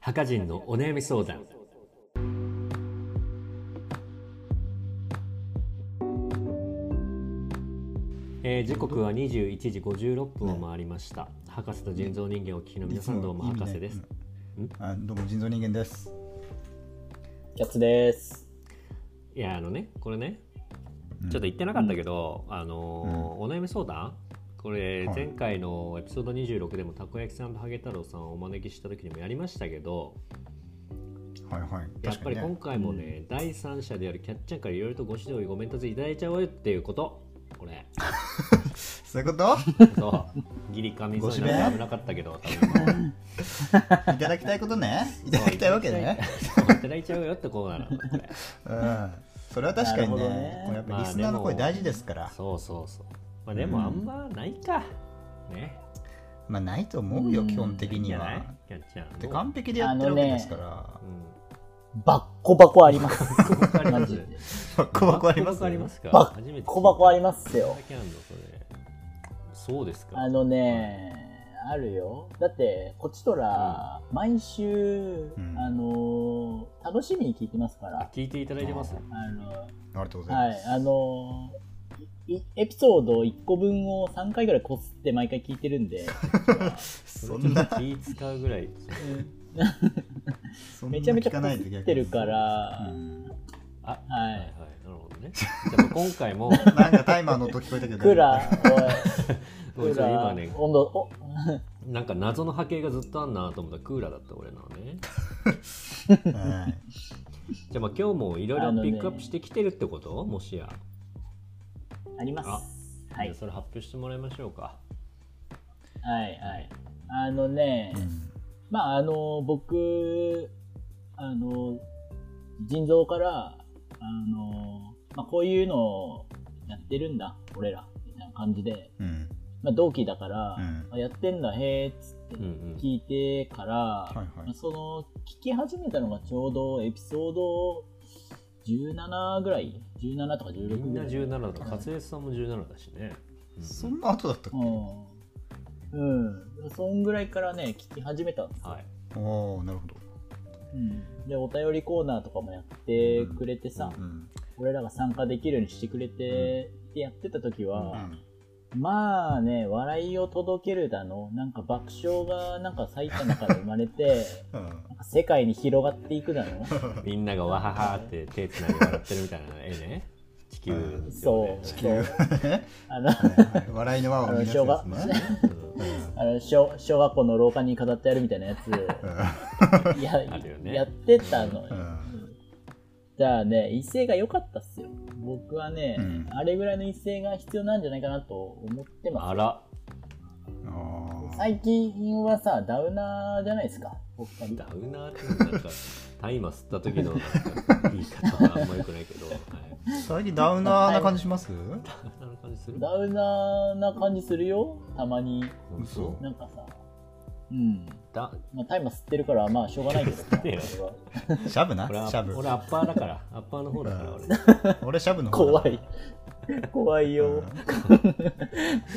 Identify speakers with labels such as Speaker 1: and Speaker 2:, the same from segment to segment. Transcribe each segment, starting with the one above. Speaker 1: 墓人のお悩み相談えー、時刻は21時56分を回りました、博士と人造人間をお聞きの皆さんどうも博士です、
Speaker 2: いつもいいねうんあどうも人造人間です。
Speaker 3: キャッツです。
Speaker 1: いやあのねこれねちょっと言ってなかったけど、あのーお悩み相談これ
Speaker 2: はい
Speaker 1: 前回のエピソード26でもたこ焼きさんとハゲ太郎さんをお招きした時にもやりましたけど
Speaker 2: はいはい。
Speaker 1: やっ
Speaker 2: 確
Speaker 1: ぱ
Speaker 2: かに
Speaker 1: り今
Speaker 2: ね。
Speaker 1: 回もね、第三者であるキャッチャンからいろいろとご指導ご鞭達いただいちゃおうよっていうことこ れ
Speaker 2: そういうこと？
Speaker 1: そうギリかみそうになって
Speaker 2: ご指名
Speaker 1: 危なかったけど多 分
Speaker 2: いただきたいことね。いただきたいわけね。
Speaker 1: そういただいちゃおうよってこうな のこれ
Speaker 2: うん。それは確かに
Speaker 3: なるほど
Speaker 2: ね
Speaker 3: ね。
Speaker 2: これやっぱリスナーの声
Speaker 1: まあでも
Speaker 2: 大事ですから。
Speaker 1: そうそうそうまあでもあんまないか、ね
Speaker 2: まあないと思うよ
Speaker 3: うん
Speaker 2: 基本的
Speaker 1: いいん
Speaker 2: に
Speaker 1: じゃない
Speaker 2: は。
Speaker 1: キャッチャン
Speaker 2: で
Speaker 1: も
Speaker 2: 完璧でやってるわけですから
Speaker 1: う。ん
Speaker 3: バッコバコあります。
Speaker 1: わかりま
Speaker 3: マ
Speaker 1: す
Speaker 3: ジで
Speaker 2: バッコバコあり
Speaker 1: バ
Speaker 2: ま
Speaker 1: ッ
Speaker 2: す
Speaker 1: コ
Speaker 2: ね。
Speaker 1: ありますか
Speaker 3: バッ
Speaker 1: 初めて聞いた
Speaker 3: コバコありますよ
Speaker 1: それだけあんのそれそうですか
Speaker 3: あのね、あるよ。だって、こっちとら、毎週、
Speaker 2: うん
Speaker 3: あのー、楽しみに聞いてますか
Speaker 1: あ
Speaker 3: ら。
Speaker 1: 聞いていただいてます
Speaker 3: あの
Speaker 2: ありがとうござい
Speaker 3: は
Speaker 2: ま
Speaker 3: い
Speaker 2: す。、
Speaker 3: あのー、いエピソード1個分を3回ぐらいこすって毎回聞いてるんで、
Speaker 2: そん な
Speaker 1: 気使うぐらい
Speaker 2: そんな
Speaker 3: めちゃめちゃ
Speaker 2: 聞か
Speaker 3: こ
Speaker 2: な
Speaker 3: す
Speaker 2: いと
Speaker 3: っ
Speaker 2: 逆
Speaker 3: て
Speaker 2: に
Speaker 3: るか。
Speaker 2: う
Speaker 3: ら、
Speaker 2: ん
Speaker 1: あ
Speaker 3: は
Speaker 1: はいはいな
Speaker 3: い。
Speaker 1: るほどねでも今回も
Speaker 2: なんかタイマーの音聞こえたけど。
Speaker 3: ク ーラ
Speaker 1: ごめん
Speaker 3: ー、クー
Speaker 1: なさい今
Speaker 3: ラ
Speaker 1: ね
Speaker 3: ー、温度、お
Speaker 1: なんか謎の波形がずっとあんなと思ったらクーラーだった俺のはね
Speaker 2: ー。はい
Speaker 1: じゃあまあ今日もいろい
Speaker 3: あ
Speaker 1: ろ
Speaker 3: の
Speaker 1: ピ
Speaker 3: ね
Speaker 1: ックアップしてきてるってこともしや
Speaker 3: あります
Speaker 1: あ。
Speaker 3: は
Speaker 1: じゃ
Speaker 3: い
Speaker 1: あ、それ発表してもらいましょうか
Speaker 3: はい、はい。あのね、
Speaker 2: うん
Speaker 3: まああの僕あの腎臓からあの、まあ、こういうのをやってるんだ俺らみたいな感じで、
Speaker 2: うん
Speaker 3: まあ、同期だから
Speaker 2: う、ん。
Speaker 3: あやってんだへえっつって
Speaker 1: うんうん
Speaker 3: 聞いてから、
Speaker 2: はいは
Speaker 3: まあ
Speaker 2: い。
Speaker 3: その聞き始めたのがちょうどエピソード17ぐらい17とか16ぐら
Speaker 1: み
Speaker 3: い
Speaker 1: んな17だ勝江さんも17だしねうん
Speaker 2: そんな後だったっ
Speaker 3: うん、うん、そんぐらいからね聞き始めたんですよ
Speaker 1: はい
Speaker 2: け？おおなるほど。
Speaker 3: でお便りコーナーとかもやってくれてさ、
Speaker 2: うん
Speaker 3: 俺らが参加できるようにしてくれて、ってやってた時
Speaker 2: う
Speaker 3: は、
Speaker 2: ん。
Speaker 3: まあね笑いを届けるだのなんか爆笑がなんか埼玉から生まれ て
Speaker 2: うん
Speaker 3: なんか世界に広がっていくだの
Speaker 1: みんながわははって手つないで笑ってるみたいな絵ね地球
Speaker 3: そうそう あの
Speaker 2: 笑いの輪を生み出すやつね。
Speaker 1: うん
Speaker 3: あの小小学校の廊下に飾ってあるみたいなや つや
Speaker 1: あるよね
Speaker 3: やってたのよ、
Speaker 2: うん
Speaker 3: じゃあね、威勢が良かったっすよ。僕はね、
Speaker 2: うん
Speaker 3: あれぐらいの威勢が必要なんじゃないかなと思ってま
Speaker 1: あら
Speaker 2: あ
Speaker 3: す。
Speaker 2: ー
Speaker 3: 最近はさ、ダウナーじゃないですか、お二人
Speaker 1: ダ。ウナーってなんか大麻吸った時のなんか言い方はあんまよくないけど、はい、
Speaker 2: 最近ダウナーな感じします
Speaker 1: そんな感じする
Speaker 3: ダウナーな感じするよ、たまに。
Speaker 2: 嘘
Speaker 3: なんかさ、うん。
Speaker 1: だ
Speaker 3: まあ、タイマー吸ってるから、まあ、しょうがないけどさ
Speaker 1: 吸ってよ
Speaker 3: それは
Speaker 2: シャブな
Speaker 1: 俺は
Speaker 2: シャブ
Speaker 1: 俺アッパーだからアッパーの方だから
Speaker 2: うん
Speaker 1: 俺
Speaker 2: 俺シャブの方だ
Speaker 3: 怖い。怖いよ。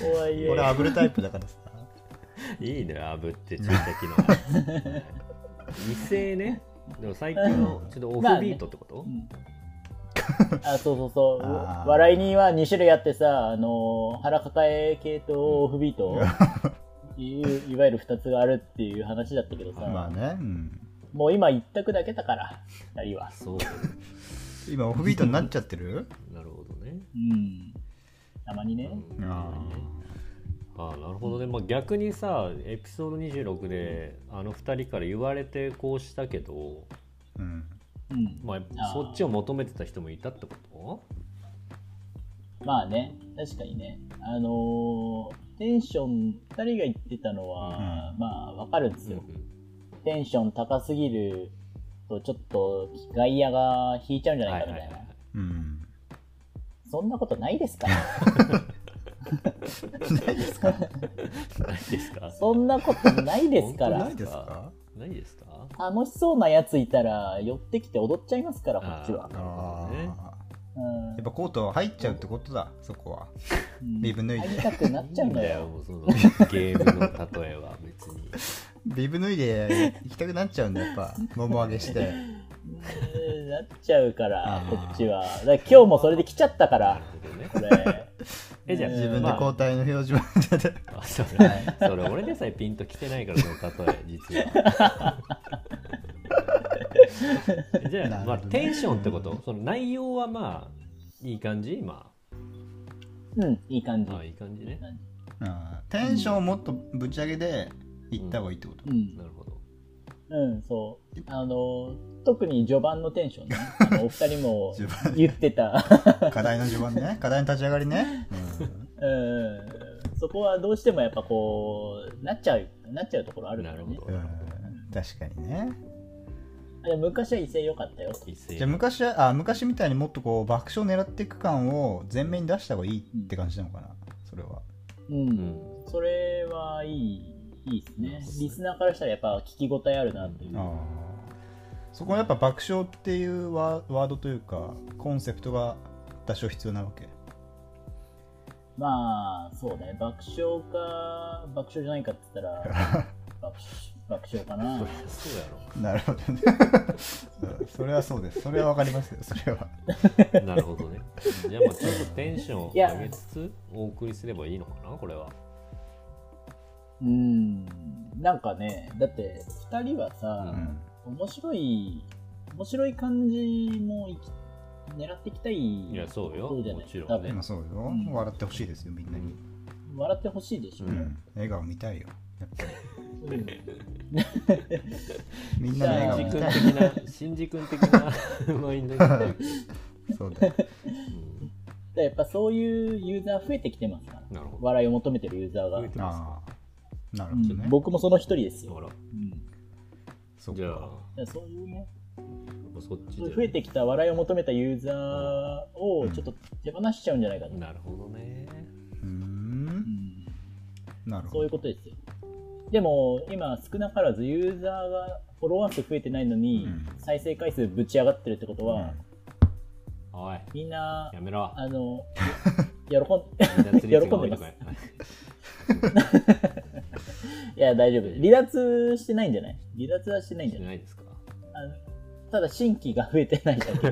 Speaker 3: 怖いよ
Speaker 2: 俺。アブルタイプだからさ
Speaker 1: いいね炙ってついた機能 異性ねでも最近のちょっとオフビートってこと、
Speaker 3: うんあそうそうそう
Speaker 2: あー
Speaker 3: 笑いには2種類あってさ、あのー腹抱え系とオフビート、いういわゆる2つがあるっていう話だったけどさ、
Speaker 2: まあねうん
Speaker 3: もう今一択だけだから2人は
Speaker 1: そう
Speaker 2: 今オフビートになっちゃってる
Speaker 1: なるほどね、
Speaker 3: うんたまにね、
Speaker 1: うん
Speaker 2: あ
Speaker 1: ああなるほどね、まあ、逆にさエピソード26であの2人から言われてこうしたけど、
Speaker 2: ーうん
Speaker 3: うん、
Speaker 1: まあ、そっちを求めてた人もいたってこ
Speaker 3: まあね確かにねあのーテンション2人が言ってたのは、まあわかるんで
Speaker 1: と
Speaker 3: すよ、テンション高すぎるとちょっと外野が引いちゃうんじゃ
Speaker 1: は
Speaker 3: ないい
Speaker 1: は
Speaker 3: か
Speaker 1: い
Speaker 3: みたいな、
Speaker 1: はい
Speaker 2: うん
Speaker 3: そんなことないですから
Speaker 2: ないですか
Speaker 1: ないですか
Speaker 3: そんなことないで すか
Speaker 2: な
Speaker 3: ら
Speaker 2: い。ですか
Speaker 1: ないですか
Speaker 3: 楽しそうなやついたら、寄ってきて踊っちゃいますから、こっちは
Speaker 1: あ。ー
Speaker 2: あ
Speaker 1: なる
Speaker 2: ー
Speaker 1: ほ
Speaker 3: うん
Speaker 2: やっぱコート入っちゃうってことだそこは身分脱い
Speaker 3: 入り
Speaker 2: で
Speaker 3: たくなっちゃうん
Speaker 1: いいん
Speaker 3: だ
Speaker 1: だよ
Speaker 3: よ。
Speaker 1: もうそのゲームの例えは別に
Speaker 2: ビブ脱いで行きたくなっちゃうんだやっぱもも上げして
Speaker 3: うんなっちゃうから
Speaker 2: あ、ー
Speaker 3: こっちは。だから今日もそれで来ちゃったか
Speaker 1: なる
Speaker 3: ら、
Speaker 1: ほどね
Speaker 3: これ。
Speaker 1: えじゃあ
Speaker 2: 自分で
Speaker 1: まあ
Speaker 2: 交代の表示まで
Speaker 1: あそれそれ俺でさえピンときてないからその例え実は じゃあ,、まあ
Speaker 2: なるほどね
Speaker 1: テンションってことその内容はまあいい感じ今、
Speaker 3: うん、いい感じ
Speaker 1: ま。あいい感じね
Speaker 2: うんテンションをもっとぶち上げで行った方がいいってこと、
Speaker 3: うん
Speaker 1: な、るほど
Speaker 3: うん、そう。あの、特に序盤のテンショ ンね。あのお二人も
Speaker 2: 自分
Speaker 3: 言ってた。
Speaker 2: 課題の序盤 ね課題の立ち上がりね、
Speaker 3: うん、そこはどうしてもやっぱこう、なっちゃう、なっちゃうところあるか
Speaker 1: な
Speaker 3: ら
Speaker 1: るほ
Speaker 3: ね。
Speaker 1: ど、
Speaker 2: うん、うん確かにね
Speaker 3: いや昔は威勢良かったよ。
Speaker 1: 一斉
Speaker 2: じゃあ昔はあ昔みたいにもっとこう爆笑を狙っていく感を前面に出した方がいいって感じなのかなそれは
Speaker 3: う。
Speaker 1: うんん
Speaker 3: それはいい、いいですね
Speaker 1: そうっす。ね
Speaker 3: リスナーからしたらやっぱ聞き応えあるなっていう。
Speaker 2: あーそこはやっぱ爆笑っていうワワードというかコンセプトが多少必要なわけ
Speaker 3: まあ、そうね。爆笑か、爆笑じゃないかって言った ら、爆爆笑か
Speaker 1: そ
Speaker 3: な
Speaker 1: り。ゃそうや
Speaker 2: なるほどね そうそれはそうですそれはわかりますよそれは
Speaker 1: ろなるほどねじゃあまあちょっとテンションを上げつつお送りすればいいのかなこれは
Speaker 3: うん。なんかね、だって二人はさ、
Speaker 2: うん
Speaker 3: 面白い面白い感じもいき狙っていきたい
Speaker 1: いやそうよ
Speaker 3: そうじゃ
Speaker 1: も
Speaker 3: ない
Speaker 1: ちろんね
Speaker 2: 今そうよ、
Speaker 3: ん
Speaker 2: 笑ってほしいですよみんなに、
Speaker 3: 笑ってほしいでしょ、
Speaker 1: う
Speaker 2: うん笑顔見たいよやっぱり
Speaker 3: うん
Speaker 2: みん
Speaker 1: 新
Speaker 2: なの笑
Speaker 1: 次君
Speaker 2: 顔見
Speaker 3: や
Speaker 2: たい
Speaker 1: 的な新次君的なマインドになってる
Speaker 2: そうだよ
Speaker 1: うん
Speaker 3: でやっぱそういうユーザー増えてきてますから
Speaker 1: なるほど
Speaker 3: 笑いを求めてるユーザーが、
Speaker 1: 増えてます
Speaker 2: ああなる
Speaker 3: う
Speaker 2: ほど
Speaker 3: ん
Speaker 2: ね、
Speaker 3: 僕もその一人ですよ、
Speaker 1: ほら
Speaker 3: うん、だ
Speaker 2: そう
Speaker 1: じゃあ
Speaker 2: か
Speaker 3: からそういうね
Speaker 1: もうそっち
Speaker 3: そう
Speaker 1: で
Speaker 3: いう増えてきた笑いを求めたユーザーをちょっと手放しちゃうんじゃないかと、
Speaker 1: なるほどね
Speaker 2: うー
Speaker 3: うんん
Speaker 2: なるほ
Speaker 3: そういう
Speaker 2: ど
Speaker 3: ことですよでも今少なからずユーザーがフォロワー数増えてないのに、
Speaker 2: うん
Speaker 3: 再生回数ぶち上がってるってことは、
Speaker 1: おい
Speaker 3: みんな
Speaker 1: やめろ
Speaker 3: あの、喜ん、
Speaker 1: みんな次々
Speaker 3: 喜ん
Speaker 1: 置
Speaker 3: で
Speaker 1: いと
Speaker 3: ます
Speaker 1: かない
Speaker 3: いや、大丈夫です。離脱してないんじゃない離脱はしてないん
Speaker 1: し
Speaker 3: じゃ
Speaker 1: て
Speaker 3: ない
Speaker 1: ないですか
Speaker 3: あのただ、新規が増えてないだ けって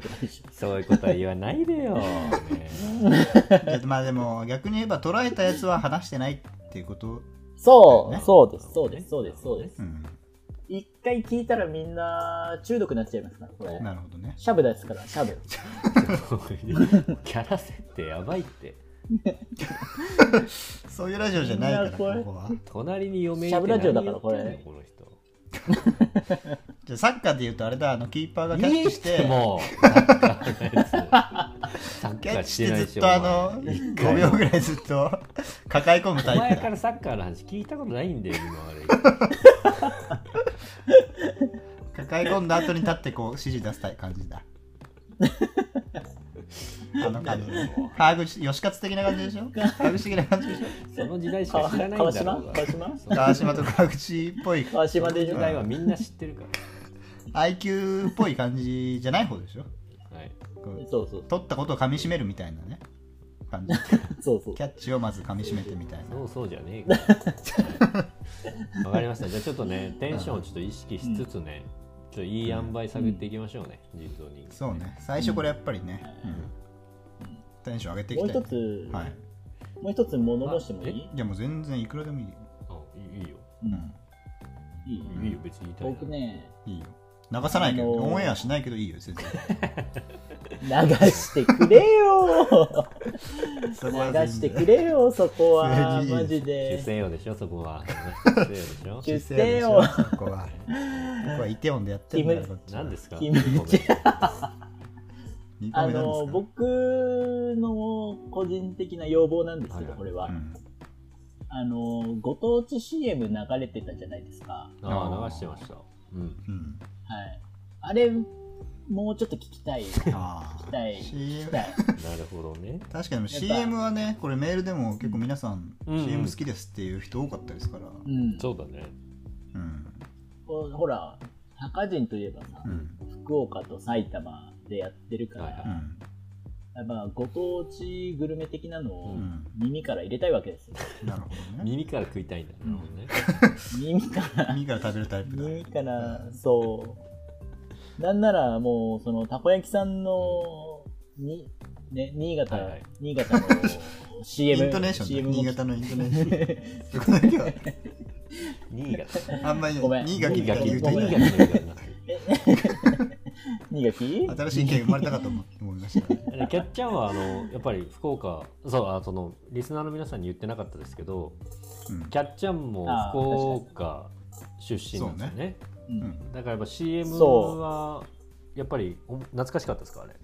Speaker 3: ことでしょ。
Speaker 1: そういうことは言わないでよ、ね
Speaker 2: いやまあでも逆に言えば捉えたやつは話してないっていうこと、
Speaker 3: そ
Speaker 2: だよね
Speaker 3: う、そうです、そうです、そうです、そうです
Speaker 2: う。ん、
Speaker 3: 一回聞いたらみんな中毒になっちゃいますから、これ。
Speaker 2: なるほどね
Speaker 3: シャブですから、シャブ。
Speaker 1: キャラ設定やばいって
Speaker 2: そういうラジオじゃないから
Speaker 3: みんなこれ
Speaker 2: ここは
Speaker 1: 隣に嫁いて
Speaker 3: シャブラジオだから
Speaker 1: 何言ってんのこの人
Speaker 2: じゃあサッカーで言うとあれだあのキーパーがキャッ
Speaker 1: いい
Speaker 2: チ
Speaker 1: っ
Speaker 2: してて
Speaker 1: もうサッカー のやつサッカ
Speaker 2: キャ
Speaker 1: ー
Speaker 2: ッチして
Speaker 1: ない
Speaker 2: ずっとあの
Speaker 1: お前一
Speaker 2: 5
Speaker 1: 回
Speaker 2: 秒ぐらいずっと抱え込むタ
Speaker 1: お前
Speaker 2: イプ
Speaker 1: か
Speaker 2: だ
Speaker 1: らサッカーの話聞いたことないんだよ
Speaker 2: 抱え込んだ後に立ってこう 指示出すタイプ感じ だあの
Speaker 1: 今あ
Speaker 2: 感
Speaker 1: れ
Speaker 2: じ川口義勝的な感じでし ょ川口的な感じでしょ
Speaker 1: その時代しか
Speaker 3: 川
Speaker 1: 知らないんだろ
Speaker 3: 川
Speaker 1: うが
Speaker 3: 島川島
Speaker 1: その
Speaker 2: 川島と川口っぽい
Speaker 3: 川島でし
Speaker 1: 時
Speaker 3: ょ
Speaker 1: 代はみんな知ってるか
Speaker 2: IQ っぽい感じじゃない方でしょ
Speaker 1: らはい
Speaker 2: こう
Speaker 3: そうそう、
Speaker 2: 取ったことを噛み締めるみたいなね感じ
Speaker 3: そうそう
Speaker 2: キ。ャッチをまず噛み締めてみたいな
Speaker 1: そうそうじゃねえから。わかりました。じゃあちょっとね、テンションをちょっと意識しつつね、ちょっといい塩梅探っていきましょうね、実像に。
Speaker 2: そうね最初これやっぱりね、うんテンション上げてい
Speaker 3: もう
Speaker 2: きたい
Speaker 3: 一つ、
Speaker 2: はい
Speaker 3: もう一つ物申してもいい
Speaker 2: いやもう全然いくらでもいいよ、
Speaker 1: あいいいいよ。
Speaker 2: うん、
Speaker 3: いい
Speaker 1: いいよ、別に言いたいな。
Speaker 3: 僕ね、
Speaker 2: いいよ流さないけど、
Speaker 3: あのー
Speaker 2: オンエアしないけどいいよ全然
Speaker 3: 流してくれ よ
Speaker 2: そ
Speaker 3: 流
Speaker 2: こは全然
Speaker 3: してくれよそこは
Speaker 2: 正義
Speaker 3: マジ
Speaker 1: 出
Speaker 3: で
Speaker 1: 世よでしょ、そこ は。出世よでし
Speaker 3: 出
Speaker 1: ょ。
Speaker 2: 姿勢でしょ
Speaker 3: よ
Speaker 2: そこはここはイテウォンでやってるんだよ
Speaker 3: キ
Speaker 2: こっ
Speaker 3: ム
Speaker 2: ちは
Speaker 1: 何ですか
Speaker 3: キムチ
Speaker 2: 二個
Speaker 3: あ
Speaker 2: 目なんです
Speaker 3: の
Speaker 2: か
Speaker 3: 僕の個人的な要望なんです
Speaker 1: はい
Speaker 3: けど
Speaker 1: はい
Speaker 3: これは、
Speaker 2: うん
Speaker 3: あのご当地 CM 流れてたじゃないですかは
Speaker 1: ああ、流してました。うん。
Speaker 2: うん、
Speaker 3: いあれもうちょっと聞きたい聞
Speaker 2: あ
Speaker 3: きた
Speaker 2: あ
Speaker 3: い
Speaker 2: CM
Speaker 3: きた
Speaker 1: な
Speaker 3: い
Speaker 1: るほどね。
Speaker 2: 確かに CM はねこれメールでも結構皆さん
Speaker 1: うん
Speaker 2: CM 好きですっていう人多かったですから
Speaker 3: う ん
Speaker 1: そうだね。
Speaker 2: うん
Speaker 3: ほほら高人といえばさ
Speaker 2: うん
Speaker 3: 福岡と埼玉でやってるか
Speaker 1: はいは
Speaker 3: ら
Speaker 1: い、
Speaker 2: うん
Speaker 3: やっぱご当地グルメ的なの
Speaker 1: う
Speaker 3: を
Speaker 2: うん
Speaker 3: 耳から入れたいわけですよ。
Speaker 2: なるほどね
Speaker 1: 耳から食いたいんだ
Speaker 3: うん
Speaker 1: なるほどね
Speaker 3: 耳から、
Speaker 2: 耳から食べるタイプだ
Speaker 3: 耳から、そう。なんならもう、その、たこ焼きさんの、に、ね、新潟、
Speaker 1: はいはい
Speaker 3: 新潟の CM。
Speaker 2: イントネーション
Speaker 3: CM
Speaker 2: ね
Speaker 3: も
Speaker 2: 新潟のイントネーションそこだけは
Speaker 1: 新潟
Speaker 2: あんまりね
Speaker 3: ごめん
Speaker 2: 新
Speaker 1: 新潟
Speaker 2: 潟って言うと
Speaker 1: 新潟
Speaker 2: ね
Speaker 1: の言い方になってる
Speaker 3: 新垣
Speaker 2: 新しい県生まれたかと思思いましたね
Speaker 1: でキャッチャーはあのやっぱり福岡そうあそのリスナーの皆さんに言ってなかったですけど
Speaker 2: うん
Speaker 1: キャッチャーも
Speaker 3: あー
Speaker 1: 福岡出身なんですよね
Speaker 3: う
Speaker 2: うんん
Speaker 1: だからやっぱ CM
Speaker 3: そう
Speaker 1: はやっぱりお懐かしかったですかあれ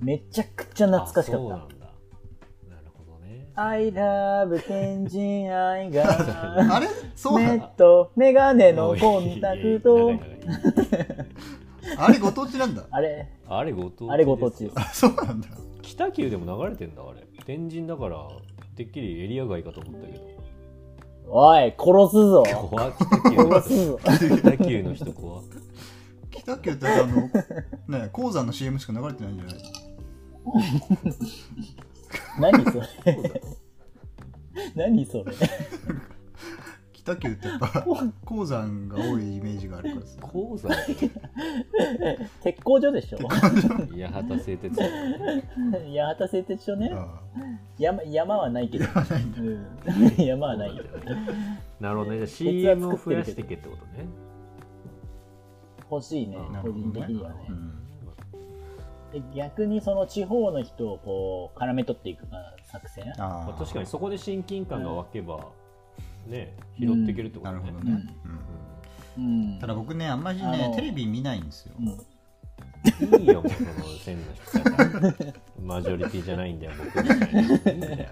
Speaker 3: めちゃくちゃ懐かしか
Speaker 1: あそう
Speaker 3: っ
Speaker 1: な
Speaker 3: た。
Speaker 1: んだなるほどね
Speaker 3: I love 天神愛が。
Speaker 2: あれ そうな
Speaker 3: 目
Speaker 2: の
Speaker 3: とメガネのコンタク
Speaker 1: い
Speaker 3: ト
Speaker 1: や。いや長い長い
Speaker 2: あれご当地なんだ
Speaker 3: あれ、
Speaker 1: あれご当地です
Speaker 3: あれご当地です
Speaker 2: あそうなんだ
Speaker 1: 北九でも流れてんだあれ天神だからてっきりエリア外かと思った け
Speaker 3: おい、殺すぞ。
Speaker 1: ど怖っ北九
Speaker 3: 殺すぞ。
Speaker 1: 北九の人怖っ
Speaker 2: 北九ってあのね鉱山の CM しか流れてないんじゃない
Speaker 3: 何それ。何それ。
Speaker 2: 北九ってやっぱ鉱山が多いイメージがあるからさ
Speaker 1: 鉱山
Speaker 3: 鉄工所でしょ。
Speaker 1: 八幡製鉄所
Speaker 3: 八幡製鉄所ね。
Speaker 2: あ
Speaker 3: 山、山はないけど。
Speaker 2: あないんだ
Speaker 3: うん、 山はないよ。
Speaker 1: なるほどねじゃあ
Speaker 3: 鉄は
Speaker 1: CM を増やしていけってことね
Speaker 3: 欲しいね
Speaker 1: あ、
Speaker 2: な
Speaker 3: 個
Speaker 2: るほ
Speaker 3: 人
Speaker 2: ど
Speaker 3: 的
Speaker 2: ね
Speaker 3: にはね
Speaker 2: う。ん
Speaker 3: で逆にその地方の人をこう絡め取っていくか作戦
Speaker 2: あ
Speaker 1: まあ
Speaker 2: ー
Speaker 1: 確かにそこで親近感が湧けばね拾っていけるってこと
Speaker 2: な
Speaker 1: ね
Speaker 2: るほどね、うん
Speaker 3: うん
Speaker 2: ただ僕ねあんまり
Speaker 3: あ
Speaker 2: ね
Speaker 3: の
Speaker 2: テレビ見ないんですよ、
Speaker 3: うん
Speaker 1: うんいいよもうその線の引き方マジョリティじゃないんだよ僕みたいないいんだよ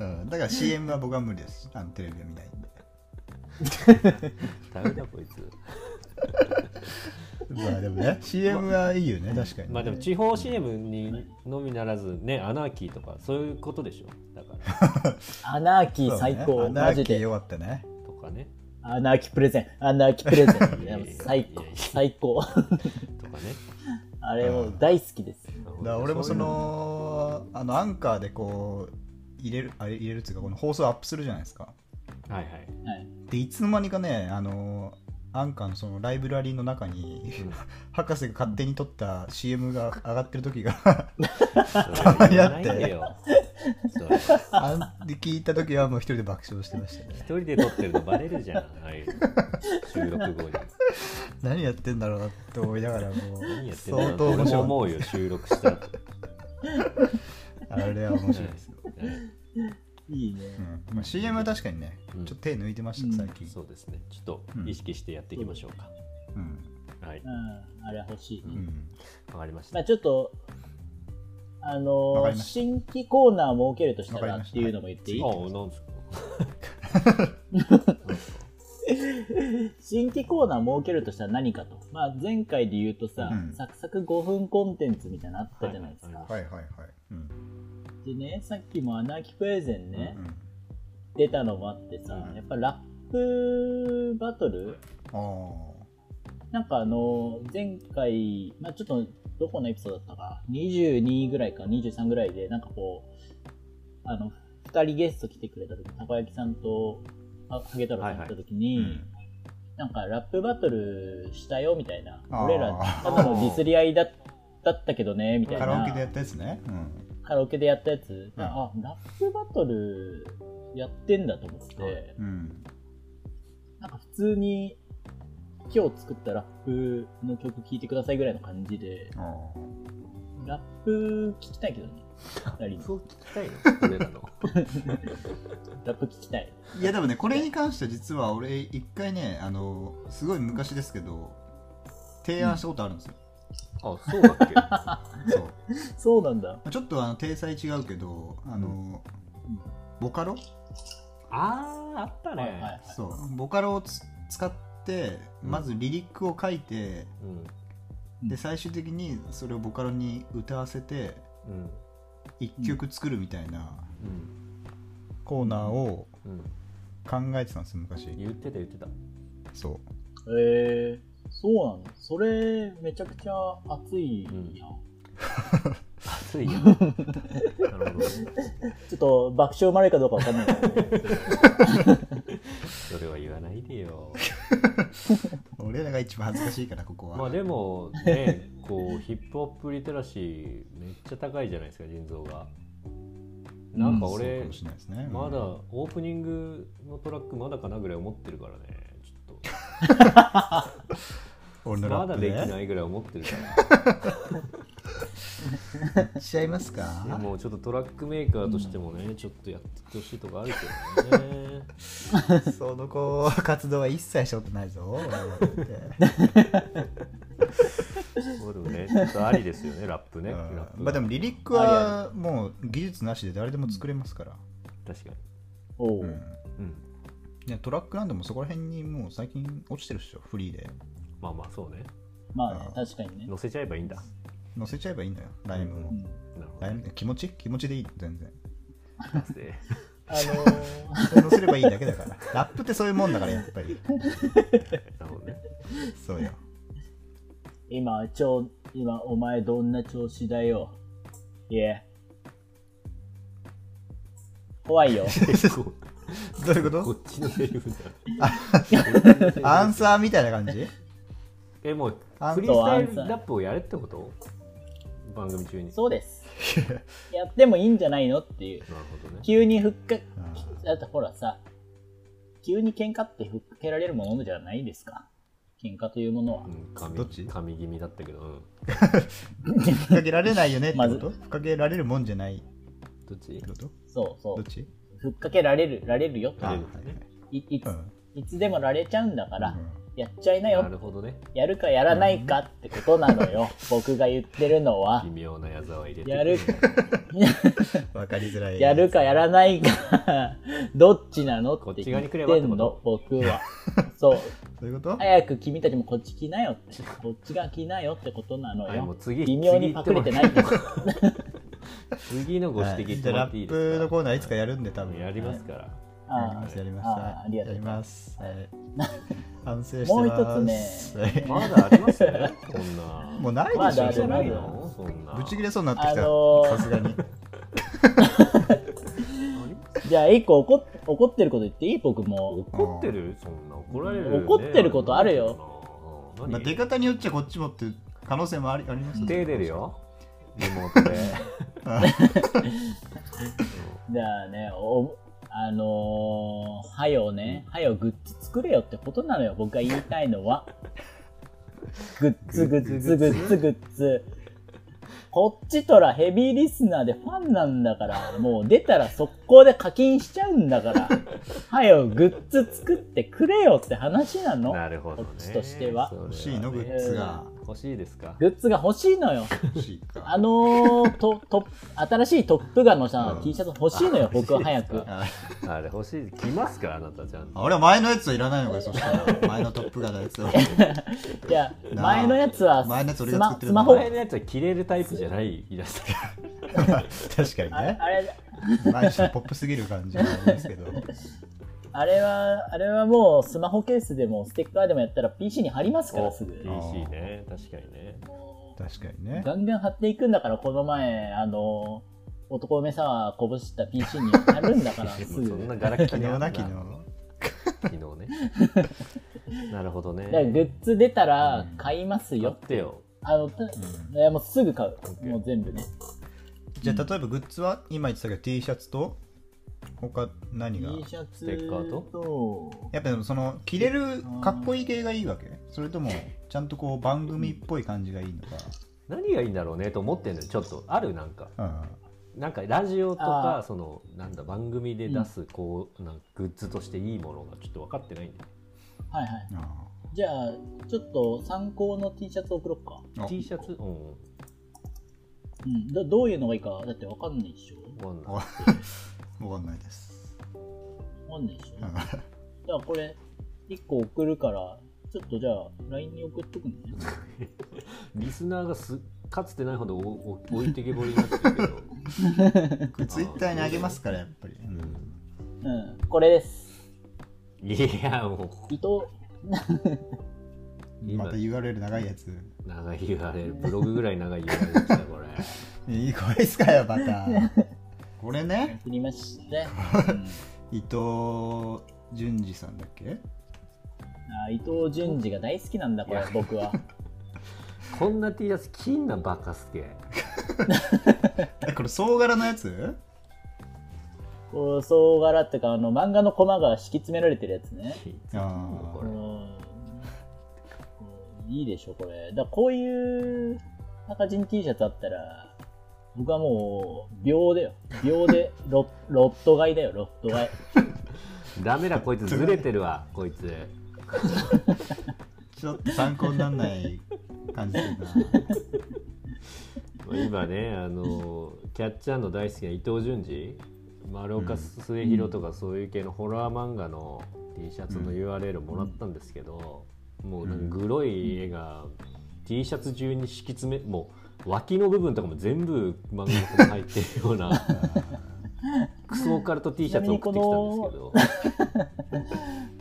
Speaker 2: うんだから CM は僕は無理ですあのテレビは見ないんで
Speaker 1: ダメだこいつ
Speaker 2: まあで もね CM はいいよね確かに
Speaker 1: まあでも地方 CM にのみならずねアナーキーとかそういうことでしょだから
Speaker 3: アナーキ
Speaker 2: そう
Speaker 3: ー
Speaker 2: ね
Speaker 3: 最高、
Speaker 2: アナ
Speaker 3: マ
Speaker 2: ー
Speaker 3: ジ
Speaker 2: キー
Speaker 3: で
Speaker 2: よかったね
Speaker 1: とかね
Speaker 3: アナーキープレゼンアナーキープレゼン
Speaker 1: い
Speaker 3: い
Speaker 1: や
Speaker 3: や
Speaker 1: いやいや
Speaker 3: 最高最高
Speaker 1: とかね
Speaker 3: あれもう大好きです
Speaker 2: だから俺もそのあのアンカーでこう入れるあ入れるっていうかこの放送アップするじゃないですか
Speaker 1: はい はい
Speaker 3: はい
Speaker 2: でいつの間にかねあのアンカーのそのライブラリーの中に、
Speaker 1: うん
Speaker 2: 博士が勝手に撮った CM が上がって る時が
Speaker 1: た
Speaker 2: まにあって
Speaker 1: よそれ
Speaker 2: あんで聞いた時はもう一人で爆笑してましたね
Speaker 1: 一人で撮ってるのバレるじゃんああいう収録後に
Speaker 2: 何やってんだろうなって思いながらも
Speaker 1: 何や
Speaker 2: う
Speaker 1: ってんだろう
Speaker 2: 相
Speaker 1: って
Speaker 2: 当
Speaker 1: 俺
Speaker 2: 面
Speaker 1: も
Speaker 2: 白
Speaker 1: 思うよ収録した後
Speaker 2: いあれは面白いですよ、
Speaker 1: はい
Speaker 3: いいうね
Speaker 2: んまあ、CM は確かにねち
Speaker 1: う
Speaker 2: ょ
Speaker 1: ん
Speaker 2: っと手抜いてました、
Speaker 3: うん
Speaker 2: 最近、
Speaker 1: そうですねちょっと意識してやっていきましょうか、
Speaker 2: うん
Speaker 1: はい
Speaker 3: うんあれ欲しい、
Speaker 1: うん
Speaker 2: うん
Speaker 1: わかりました
Speaker 3: まあちょっとあ
Speaker 2: わか
Speaker 3: の
Speaker 2: りました
Speaker 3: 新規コーナーを設けるとした
Speaker 2: わからりま
Speaker 3: っ
Speaker 2: した
Speaker 3: ていうのも言っていい
Speaker 1: あなんですか
Speaker 3: 新規コーナー設けるとしたら何かと、まあ、前回で言うとさ、
Speaker 2: うん
Speaker 3: サクサク5分コンテンツみたいなのあったじゃないですか、
Speaker 1: はい
Speaker 2: はいはいはい、うん
Speaker 3: でねさっきもアナーキプレゼンね、
Speaker 2: うん
Speaker 3: 出たのもあってさ、
Speaker 2: うん
Speaker 3: やっぱラップバトル
Speaker 2: あー
Speaker 3: なんかあの前回、まあ、ちょっとどこのエピソードだったか22ぐらいか23ぐらいでなんかこうあの2人ゲスト来てくれた時たこ焼きさんとあハゲ太郎さん来た時に、
Speaker 2: うん
Speaker 3: なんかラップバトルしたよみたいな
Speaker 2: あー
Speaker 3: 俺らただのディスり合いだだったけどねみたいな
Speaker 2: カラオケでやったやつね、うん
Speaker 3: カラオケでやったやつ、あラップバトルやってんだと思って。
Speaker 1: はい
Speaker 2: うん、
Speaker 3: なんか普通に今日作ったラップの曲聴いてくださいぐらいの感じで、
Speaker 2: あー
Speaker 3: ラップ聴きたいけどね。二人
Speaker 1: そ
Speaker 3: の
Speaker 1: う聞きたいの俺らの
Speaker 3: ラップ聴きたい。
Speaker 2: いやでもねこれに関しては実は俺一回ねあのすごい昔ですけど提案したことあるんですよ、
Speaker 1: あそう だっけ
Speaker 2: そうま
Speaker 3: そうなんだ。
Speaker 2: あちょっとあの体裁違うけどあの、ボカロ
Speaker 1: あああったね、
Speaker 3: はいはいはい。
Speaker 2: そうボカロをつ使って
Speaker 1: うん
Speaker 2: まずリリックを書いて、
Speaker 1: うん
Speaker 3: う
Speaker 2: で
Speaker 3: ん
Speaker 2: 最終的にそれをボカロに歌わせて
Speaker 1: うん
Speaker 2: 1曲作るみたいな
Speaker 1: うん
Speaker 2: コーナーを
Speaker 1: うん
Speaker 2: 考えてたんですよ昔
Speaker 1: 言ってた言って た
Speaker 2: そう
Speaker 3: えー、そうなんだ。それめちゃくちゃ熱いやん。
Speaker 1: 熱いよ。なるほど。
Speaker 3: ちょっと爆笑生まれるかどうかわかんないけどね。
Speaker 1: それは言わないでよ。
Speaker 2: 俺らが一番恥ずかしいからここは、
Speaker 1: まあでも ね、こうヒップホップリテラシーめっちゃ高いじゃないですか、腎臓が。なんか
Speaker 2: そう
Speaker 1: 俺
Speaker 2: かもしれないですね
Speaker 1: まだ
Speaker 2: うん
Speaker 1: オープニングのトラックまだかなぐらい思ってるからね。ちょっ
Speaker 2: 俺
Speaker 1: と
Speaker 2: のラ
Speaker 1: まだ
Speaker 2: ップ
Speaker 1: で
Speaker 2: で
Speaker 1: き
Speaker 2: や
Speaker 1: ないぐらい思ってるから。
Speaker 2: っちゃいますか
Speaker 1: でもちょっとトラックメーカーとしてもね、ちょっとやってってほしいとこあるけどね
Speaker 2: その子活動は一切したこと ないぞ俺はだって
Speaker 1: そうでもねちょっとありですよねラップね
Speaker 2: う
Speaker 1: ラ
Speaker 2: ん
Speaker 1: ップ
Speaker 2: まあでもリリックはもう技術なしで誰でも作れますから、
Speaker 1: 確かに
Speaker 3: お
Speaker 2: う
Speaker 3: う
Speaker 1: う
Speaker 2: ん
Speaker 1: ん
Speaker 2: ね、トラックなんでもそこら辺にもう最近落ちてるっしょフリーで
Speaker 1: まあまあそうね
Speaker 3: まあね、確かにね。
Speaker 1: 乗せちゃえばいいんだ
Speaker 2: 載せちゃえばいいのよライムを、
Speaker 3: うん
Speaker 1: なるほど
Speaker 2: ライム気持ち気持ちでいい全然
Speaker 1: だって
Speaker 3: あのー
Speaker 2: 載せればいいだけだ からラップってそういうもんだからやっぱり
Speaker 1: なるほどね
Speaker 2: そう よ
Speaker 3: 今、ちょ、今、お前どんな調子だよ。いえ。怖 いよ。
Speaker 1: こ
Speaker 2: どういうこ
Speaker 1: ことっちのセリフ
Speaker 2: ア
Speaker 1: だ
Speaker 2: ンサーみたいな感 じ
Speaker 1: えもう
Speaker 2: アン
Speaker 1: フリースタイルラップをやれってこと番組中に
Speaker 3: そうです。やってもいいんじゃないのっていう。
Speaker 1: なるほどね
Speaker 3: 急にふっか、
Speaker 2: あ
Speaker 3: だってほらさ、急に喧嘩ってふっかけられるものじゃないですか。喧嘩というものは
Speaker 1: う。ん神
Speaker 2: どっち
Speaker 1: 神気味だったけど、うん、
Speaker 2: ふっかけられないよねってこ
Speaker 3: まず
Speaker 2: とふっかけられるもんじゃないっ
Speaker 1: どっち
Speaker 2: てこと
Speaker 3: そうそ
Speaker 2: どっ
Speaker 3: う。
Speaker 2: ち
Speaker 3: ふっかけられる、られるよ
Speaker 2: あ
Speaker 1: ら
Speaker 2: は
Speaker 1: れ
Speaker 2: い
Speaker 1: る
Speaker 2: はい
Speaker 3: いいつ
Speaker 2: う、ん
Speaker 3: いつでもられちゃうんだから、
Speaker 2: う
Speaker 3: やっちゃいな
Speaker 1: な
Speaker 3: よ。
Speaker 1: るほどね
Speaker 3: やるかやらないかってことなのよ。僕が言ってるのは
Speaker 1: 微。妙な矢沢入れて
Speaker 3: やる
Speaker 1: くる
Speaker 2: んわかりづらい
Speaker 3: やるかやらないか どっちなの
Speaker 1: こ
Speaker 3: っ
Speaker 1: ってち側に
Speaker 3: 言っ
Speaker 1: 来ればって
Speaker 3: て
Speaker 1: こ
Speaker 3: んの
Speaker 1: と
Speaker 3: 僕 はそう
Speaker 2: そういうこと
Speaker 3: 早く君たちもこっち来なよってこっちが来なよってことなの
Speaker 1: はいもう
Speaker 3: よ
Speaker 1: 次
Speaker 3: 微妙に隠れてないんだよ
Speaker 1: 次のご指摘
Speaker 2: はい
Speaker 1: 言っ
Speaker 2: じ
Speaker 1: て
Speaker 2: ゃあ
Speaker 1: もら
Speaker 2: ラ
Speaker 1: ってい
Speaker 2: ッ
Speaker 1: いです
Speaker 2: プ
Speaker 1: か
Speaker 2: のコーナーいつかやるんで多
Speaker 1: 多分
Speaker 2: 分
Speaker 1: やりますから、
Speaker 2: やり
Speaker 3: あ
Speaker 2: ますやり
Speaker 3: ああ
Speaker 2: ます
Speaker 3: りが
Speaker 2: やり
Speaker 3: とうござい
Speaker 2: ますはい反省してます
Speaker 3: もう一つ
Speaker 2: ね
Speaker 1: まだあります こんな
Speaker 2: もうない
Speaker 3: ま
Speaker 2: でし
Speaker 3: だ
Speaker 2: ょ
Speaker 3: あ
Speaker 2: そ
Speaker 3: る
Speaker 2: んな
Speaker 3: まだある
Speaker 2: の
Speaker 1: そんな
Speaker 2: ぶち切れそうになってき
Speaker 3: あ
Speaker 2: た
Speaker 3: のー
Speaker 2: さすがに
Speaker 3: すじゃあ一個怒っ怒ってること言っていい僕も
Speaker 1: 怒ってるそんな怒られる、ね、
Speaker 3: 怒ってることある
Speaker 1: よ
Speaker 2: まあ出方によっちゃこっちもっていう可能性もありありますよ
Speaker 1: 手出るよリモートで
Speaker 3: じゃあねおあのー、はよね、はよグッズ作れよってことなのよ、僕が言いたいの は。グッズグッズグッズグッズ。こっちとらヘビーリスナーでファンなんだから、もう出たら速攻で課金しちゃうんだ から、はよグッズ作ってくれよって話な の。
Speaker 1: なるほどね
Speaker 3: こっちとしては
Speaker 1: それね
Speaker 2: 欲しいのグッズが
Speaker 1: 欲しいですか
Speaker 3: グッズが欲しいのよ。
Speaker 2: 欲しいか
Speaker 3: あのー、と、と、新しいトップガンのさ、
Speaker 2: うん
Speaker 3: T シャツ欲しいのよ、僕は早
Speaker 1: 欲
Speaker 3: く
Speaker 1: しい。
Speaker 2: あ
Speaker 1: あれ欲しい来ますかあなたちゃんと
Speaker 2: 俺は前のやつはいらないのかよそしたら前のトップガンのやつを
Speaker 3: いや、
Speaker 2: なあ
Speaker 3: 前のやつは
Speaker 2: 前のやつ俺
Speaker 3: ス
Speaker 2: が作っ
Speaker 3: マ
Speaker 2: てる
Speaker 3: スマホ
Speaker 1: 前のやつは着れるタイプじゃないイラスト
Speaker 2: 確かに
Speaker 3: あれ
Speaker 2: ね
Speaker 3: あれ
Speaker 2: 毎週ポップすぎる感じがありますけど
Speaker 3: あれは、あれはもうスマホケースでもステッカーでもやったら PC に貼りますからすぐ。
Speaker 1: PC ね確かにね
Speaker 2: 確かにね
Speaker 3: ガンガン貼っていくんだから、この前、あの、男梅さこぼした PC に貼るんだ から、
Speaker 1: ですもそんな
Speaker 3: ぐ。
Speaker 1: ガラクタ
Speaker 2: 昨
Speaker 1: に
Speaker 2: 日
Speaker 1: あん
Speaker 2: な
Speaker 1: な
Speaker 2: 昨日
Speaker 1: 昨日ねなるほ どね
Speaker 3: だからグッズ出たら買います
Speaker 1: や
Speaker 3: よ
Speaker 1: っ。てよ
Speaker 3: あの、たいやもうすぐ買う。もう全部ね。
Speaker 2: じゃあ例えばグッズは今言ってたけど T シャツと他何
Speaker 3: T
Speaker 2: が
Speaker 3: シャツ
Speaker 1: ステッカー
Speaker 3: と、
Speaker 2: やっぱでもその着れるかっこいい系がいいわけそれともちゃんとこう番組っぽい感じがいいのか
Speaker 1: 何がいいんだろうねと思ってんのよちょっとあるなんか
Speaker 2: うん
Speaker 1: なんかラジオと
Speaker 3: あ
Speaker 1: か
Speaker 3: ー
Speaker 1: そのなんだ番組で出すこうなんかグッズとしていいものがちょっと分かってないんだよ
Speaker 3: はいはい。
Speaker 2: あ
Speaker 3: じゃあ、ちょっと参考の T シャツ送ろっか。
Speaker 2: あ
Speaker 1: T シャツうん
Speaker 3: うん。どどういうのがいいか、だってわかんないでしょ
Speaker 1: わかんない
Speaker 2: わわかんないです
Speaker 3: わかんないでしょ
Speaker 2: うん
Speaker 3: じゃあこれ、1個送るから、ちょっとじゃあ、LINE に送っとくね。
Speaker 1: リスナーがすかつてないほどおお置いてけぼりになってる けど
Speaker 2: これツイッターにあげますからやっぱり、
Speaker 3: うん、これです。
Speaker 1: いやも
Speaker 3: 伊藤、
Speaker 1: 今
Speaker 2: また URL 長いやつ
Speaker 1: う長い URL ブログぐらい長い URL でしたこれ
Speaker 2: いい声ですかよバカこれね
Speaker 3: 送りましたね。うん
Speaker 2: 伊藤淳二さんだっけ
Speaker 3: あー伊藤淳二が大好きなんだ、これ、僕は。
Speaker 1: こんな T シャツ金なバカすけ
Speaker 2: えこれ総柄のやつ
Speaker 3: こう総柄っていうか、あの、漫画のコマが敷き詰められてるやつね。
Speaker 2: あー
Speaker 1: こ
Speaker 3: う
Speaker 1: れ
Speaker 3: んいいでしょ、これ。だからこういう赤人 T シャツあったら、僕はもう、秒だよ。秒でロ、ロット買いだよ、ロット買い。
Speaker 1: ダメだこいつずれてるわこいつ
Speaker 2: ちょっと参考にならない感じだな
Speaker 1: 今ねあのキャッチャーの大好きな伊藤淳二丸岡末広とかそういう系のホラー漫画の T シャツの URL もらったんですけど、もうなんかグロい絵が T シャツ中に敷き詰めもう脇の部分とかも全部漫画が入ってるようなクソオカルト T シャツを送ってきたんですけど。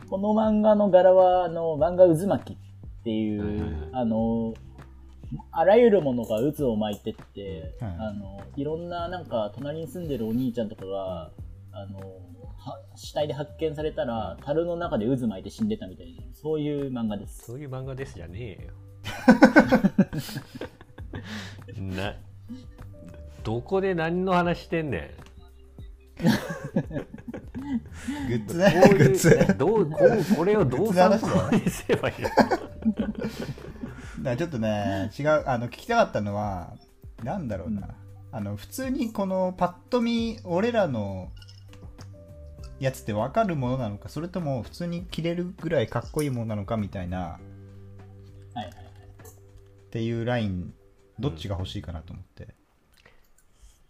Speaker 3: この漫画の柄は、あの、漫画渦巻きっていう、
Speaker 1: はいはいはい
Speaker 3: あの、あらゆるものが渦を巻いてって、
Speaker 2: はい
Speaker 3: あの、いろんな、なんか、隣に住んでるお兄ちゃんとかが、あの、は死体で発見されたら、樽の中で渦巻いて死んでたみたいな、そういう漫画です。
Speaker 1: そういう漫画ですじゃねえよ。 な、どこで何の話してんね
Speaker 2: グッズ
Speaker 1: ん。
Speaker 2: ね
Speaker 1: こう
Speaker 2: グッズ
Speaker 1: いう、どう、こう、これをどう参
Speaker 2: グッズの
Speaker 1: 考にすればいいの。
Speaker 2: だからちょっとね違うあの聞きたかったのはなんだろうな、
Speaker 3: うん
Speaker 2: あの普通にこのパッと見俺らのやつって分かるものなのかそれとも普通に着れるぐらいかっこいいものなのかみたいな
Speaker 3: はいはい。
Speaker 2: っていうラインどっちが欲しいかなと思って、だか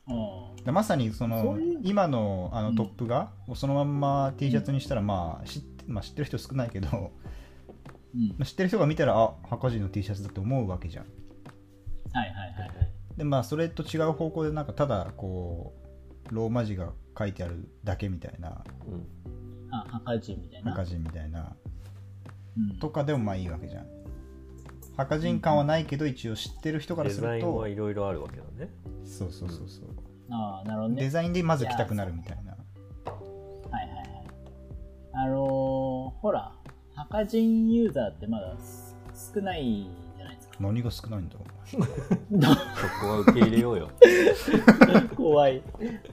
Speaker 3: うん
Speaker 2: らまさにその
Speaker 3: そういう
Speaker 2: 今のあ
Speaker 3: う
Speaker 2: の
Speaker 3: ん
Speaker 2: トップがそのまんま T シャツにしたら、まあ知ってまあ、知ってる人少ないけど
Speaker 3: うん
Speaker 2: まあ知ってる人が見たらあ墓地の T シャツだと思うわけじゃん
Speaker 3: はいはいはい。
Speaker 2: でまあそれと違う方向でなんかただこうローマ字が書いてあるだけみたいな
Speaker 1: うん
Speaker 3: あ、墓地みたいな。
Speaker 2: 墓人みたいな
Speaker 3: うん
Speaker 2: とかでもまあいいわけじゃん墓人感はないけど一応知ってる人から
Speaker 1: デ
Speaker 2: す
Speaker 1: ザ
Speaker 2: る
Speaker 1: イン
Speaker 2: と
Speaker 1: はいろいろあるわけだね。
Speaker 2: そうそうそうそう
Speaker 3: ああ、なるほどね。
Speaker 2: デザインでまず着たくなるみたいな
Speaker 3: はいはいはい。あのーほら、赤人ユーザーってまだす少ないじゃないで すか。
Speaker 2: 何が少ないんだろ
Speaker 1: そこは受け入れようよ。
Speaker 3: 怖い。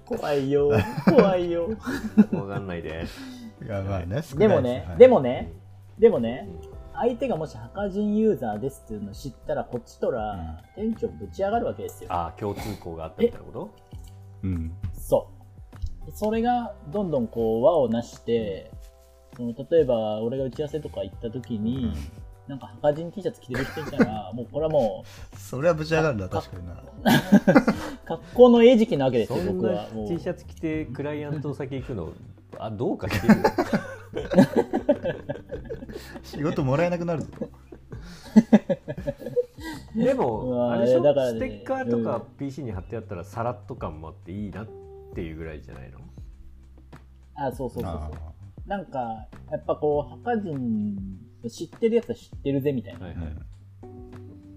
Speaker 3: 怖いよ。怖いよ。
Speaker 1: わかんないで。
Speaker 2: ういやまあね少ない
Speaker 3: でもね、
Speaker 2: はい
Speaker 3: でもね、でもね
Speaker 1: うん、
Speaker 3: 相手がもし赤人ユーザーですっていうのを知ったら、こっちとら、店長ぶち上がるわけですよ。
Speaker 1: ああ、共通項があったみたいなこと
Speaker 2: うん
Speaker 3: そう。それがどんどんこう輪をなして、その例えば俺が打ち合わせとか行った時に、なんか赤人 T シャツ着てる人いたら、もうこれはもう
Speaker 2: それはぶち上がるな確かにな
Speaker 3: 格好の餌食なわけです
Speaker 1: そ
Speaker 3: よ、
Speaker 1: ん
Speaker 3: 僕
Speaker 1: な
Speaker 3: は。もう
Speaker 1: T シャツ着てクライアント先行くの、あ、どうかしてるよ。
Speaker 2: 仕事もらえなくなるぞ
Speaker 1: で
Speaker 3: う
Speaker 1: も
Speaker 3: わ
Speaker 1: あれでしょ
Speaker 3: だからね
Speaker 1: ステッカーと
Speaker 3: う
Speaker 1: か
Speaker 3: ん
Speaker 1: PC に貼ってあったらさらっと感もあっていいなっていうぐらいじゃないの
Speaker 3: あ、そうそうそう
Speaker 2: あ
Speaker 3: そう。なんか、やっぱこう、墓人、知ってるやつは知ってるぜみたいな。
Speaker 1: はい
Speaker 2: ーう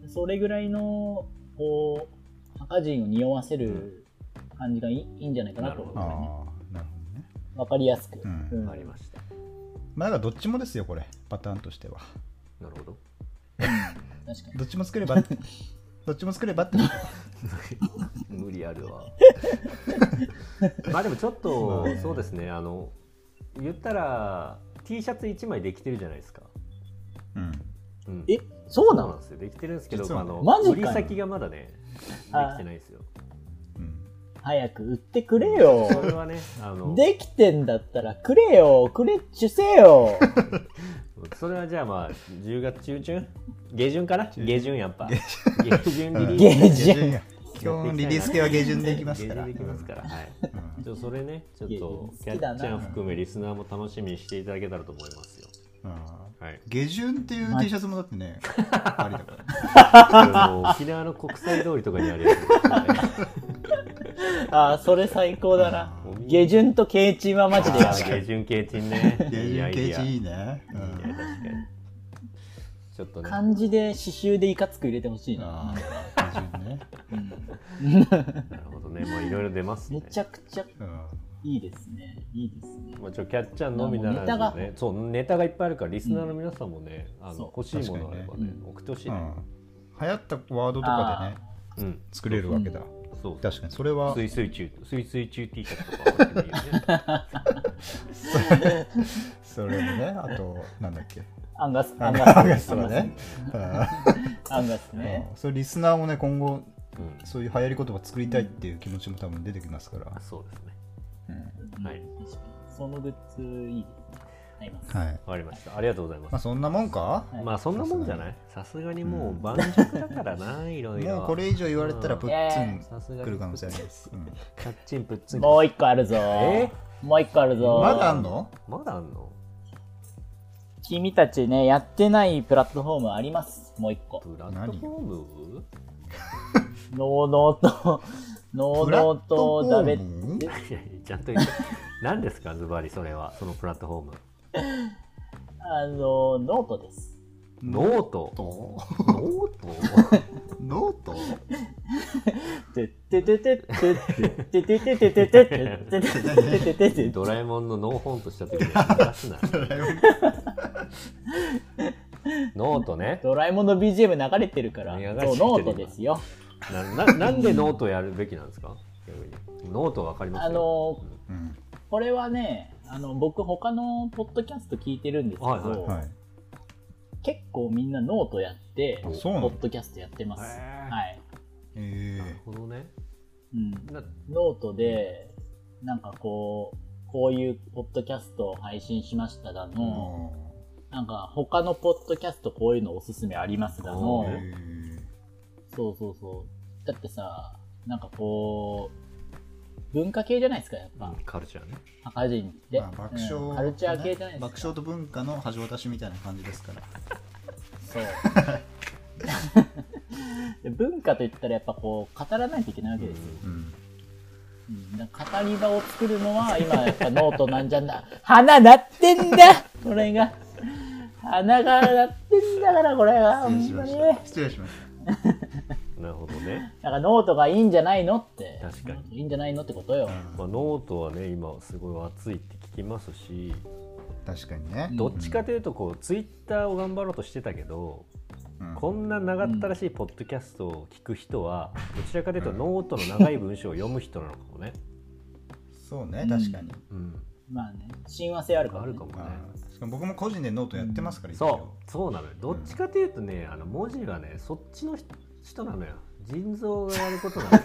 Speaker 2: ん
Speaker 3: それぐらいの、こう、墓人を匂わせる感じがいい,、ん、いいんじゃないかなと思う
Speaker 2: あ
Speaker 3: からね。
Speaker 2: ーなるほどね
Speaker 3: わかりやすく。
Speaker 2: うん
Speaker 3: うん
Speaker 1: ありました
Speaker 2: まあだからどっちもですよこれパターンとしては
Speaker 1: なるほど
Speaker 3: 確かに。
Speaker 2: どっちも作ればどっちも作ればって
Speaker 1: 無理あるわまあでもちょっと
Speaker 2: まあね
Speaker 1: そうですねあの言ったら T シャツ1枚できてるじゃないですか、
Speaker 2: うん
Speaker 1: うん、
Speaker 3: え、そ
Speaker 1: そう
Speaker 3: うな
Speaker 1: なん
Speaker 3: の
Speaker 1: ですよできてるんですけど、
Speaker 2: 実は
Speaker 1: あの
Speaker 3: マジか
Speaker 1: 売
Speaker 3: よ
Speaker 1: り先がまだねできて
Speaker 3: あー
Speaker 1: ないですよ
Speaker 2: うん
Speaker 3: 早く売ってくれよ。
Speaker 1: それはねあの
Speaker 3: できてんだったらくれよ。くれ、主せよ。
Speaker 1: それはじゃあまあ10月中旬下旬かな下旬やっぱ下旬リリース
Speaker 3: 下旬
Speaker 2: や基本リリース系は下旬でいきますから
Speaker 1: ゲージできますから、はい。
Speaker 2: うん
Speaker 1: ちょそれね、ちょっ
Speaker 3: いやいや好
Speaker 1: とキャ
Speaker 3: きだな
Speaker 1: ッチャー含めリスナーも楽しみにしていただけたらと思いますよ。
Speaker 2: うん
Speaker 1: はい。
Speaker 2: 下旬っていう T シャツもだってねありだから
Speaker 1: もう沖縄の国際通りとかにあるやつですね
Speaker 3: あー、それ最高だな。下旬と慶チンはマジでや
Speaker 1: あ
Speaker 3: ば
Speaker 1: ー
Speaker 3: い。
Speaker 1: 下旬系賃ね。
Speaker 2: 下
Speaker 1: いいア
Speaker 2: 旬
Speaker 1: イディ
Speaker 2: 系
Speaker 1: ア
Speaker 2: 値い
Speaker 1: い
Speaker 2: いねう
Speaker 1: や確
Speaker 2: ん
Speaker 1: かに。ちょっとね。
Speaker 3: 漢字で刺繍でいかつく入れてほしいな。
Speaker 2: あーな順ね、
Speaker 1: なるほどね。まあいろいろ出ますね
Speaker 3: め。ちゃくちゃ
Speaker 2: うん、
Speaker 3: いいですね。いいですね。
Speaker 1: まあちょキャッチャーのみならずね、
Speaker 3: もうネタ
Speaker 1: そうネタがいっぱいあるからリスナーの皆さんもね、あの
Speaker 3: そ
Speaker 1: 欲しいものがあればね
Speaker 3: 確かにね
Speaker 1: 送ってほしいね。
Speaker 2: うん、流行ったワードとかでね
Speaker 1: うん。
Speaker 2: 作れるわけだ、
Speaker 1: そうそう。
Speaker 2: 確かにそれは
Speaker 1: 水水中水水中 T シャツとかあってもいいよね。
Speaker 2: それもねあとなんだっけ
Speaker 3: アンガス、アン
Speaker 2: アンガ
Speaker 3: ガ
Speaker 2: ス
Speaker 3: ス、
Speaker 2: はね
Speaker 3: アンガス
Speaker 2: うん
Speaker 3: ね。
Speaker 2: うんそれリスナーもね今後
Speaker 1: うん。
Speaker 2: そういう流行り言葉作りたいっていう気持ちも多分出てきますから、
Speaker 1: そうですね。
Speaker 3: うん
Speaker 1: はい。
Speaker 3: 確かにそのグッズいいですね。買います。
Speaker 2: はい
Speaker 1: わかりました。ありがとうござい
Speaker 2: まあ
Speaker 1: ます。
Speaker 2: そんなもんか
Speaker 3: はい
Speaker 1: まあそんなもんじゃない。さすがにもう盤石だからな、いろいろ。
Speaker 2: もうこれ以上言われたらプッツン
Speaker 1: さすがに
Speaker 2: 来る可能性あります、うん
Speaker 1: キャッチンプッツン。
Speaker 3: もう一個あるぞ。
Speaker 1: え
Speaker 3: もう一個あるぞ。
Speaker 2: まだあんの
Speaker 1: まだあんの？
Speaker 3: 君たちね、やってないプラットフォームあります。もう一個。
Speaker 1: プラットフォーム？
Speaker 3: ノーノーと、ノー
Speaker 2: プラ
Speaker 3: ノ
Speaker 2: ッ
Speaker 3: ー
Speaker 2: ト
Speaker 3: と
Speaker 2: フ
Speaker 3: ダ
Speaker 2: ォ
Speaker 3: ベ
Speaker 2: ーム
Speaker 1: いやいやちゃんと言って。何ですかズバリそれはそのプラットフォーム。
Speaker 3: あの、ノートです。
Speaker 1: ノート。
Speaker 2: と
Speaker 1: ノート。
Speaker 2: ノート
Speaker 3: てってててててててててててててててて
Speaker 1: ドラえもんのノーホンとした時に出す な。 ノートね。
Speaker 3: ドラえもんの BGM 流れてるから、そう
Speaker 1: 流
Speaker 3: ノ
Speaker 1: れてる
Speaker 3: ートですよ。
Speaker 1: なななんでノートやるべきなんですか逆にノートわかります
Speaker 3: あの、
Speaker 2: うん
Speaker 3: これはね、あの、僕他のポッドキャスト聞いてるんですけ
Speaker 1: はいはい
Speaker 3: ど、
Speaker 2: はい
Speaker 3: 結構みんなノートやって、ポ
Speaker 2: あそうなの
Speaker 3: ッドキャストやってま
Speaker 1: へ
Speaker 3: す。
Speaker 1: ー
Speaker 3: はい。
Speaker 2: え
Speaker 1: なるほどね。
Speaker 3: うん
Speaker 1: な
Speaker 3: ノートで、なんかこう、こういうポッドキャストを配信しましただ
Speaker 2: ー
Speaker 3: の、なんか他のポッドキャストこういうのおすすめありますだ
Speaker 1: う
Speaker 3: の
Speaker 1: ん、
Speaker 2: えー
Speaker 3: そうそうそう。だってさ、なんかこう、文化系じゃないですか、やっぱ、
Speaker 1: カルチャーね。
Speaker 3: ハカ人って、
Speaker 2: まあ、爆笑、
Speaker 3: うんカルチャー系じゃないですか。
Speaker 2: 爆笑と文化の橋渡しみたいな感じですから
Speaker 3: そうで 文化といったらやっぱこう語らないといけないわけですよ、
Speaker 2: うん
Speaker 3: うんだから語り場を作るのは今やっぱノートなんじゃ な花なってんだこれが花がなってんだからこれがほ
Speaker 2: 失礼
Speaker 3: ん
Speaker 2: し
Speaker 3: ま
Speaker 2: ま
Speaker 3: に
Speaker 2: した失礼しました
Speaker 1: なるほどね。
Speaker 3: だからノートがいいんじゃないのって
Speaker 1: 確かに
Speaker 3: いいんじゃないのってことよ、
Speaker 1: まあ、ノートはね今すごい熱いって聞きますし
Speaker 2: 確かにね
Speaker 1: どっちかというとこうツイッターを頑張ろうとしてたけど
Speaker 2: うん
Speaker 1: こんな長ったらしいポッドキャストを聞く人はどちらかというとノートの長い文章を読む人なのかもね。
Speaker 2: そうね
Speaker 3: うん
Speaker 2: 確かに、
Speaker 1: うん、
Speaker 3: まあね親和性あるから、
Speaker 1: あ
Speaker 3: ね、
Speaker 1: るかもね。
Speaker 2: あーしかも僕も個人でノートやってますから、一応
Speaker 1: そうそうなのよどっちかというとね、あの文字はねそっちの人人なのよ腎臓がやることなのよ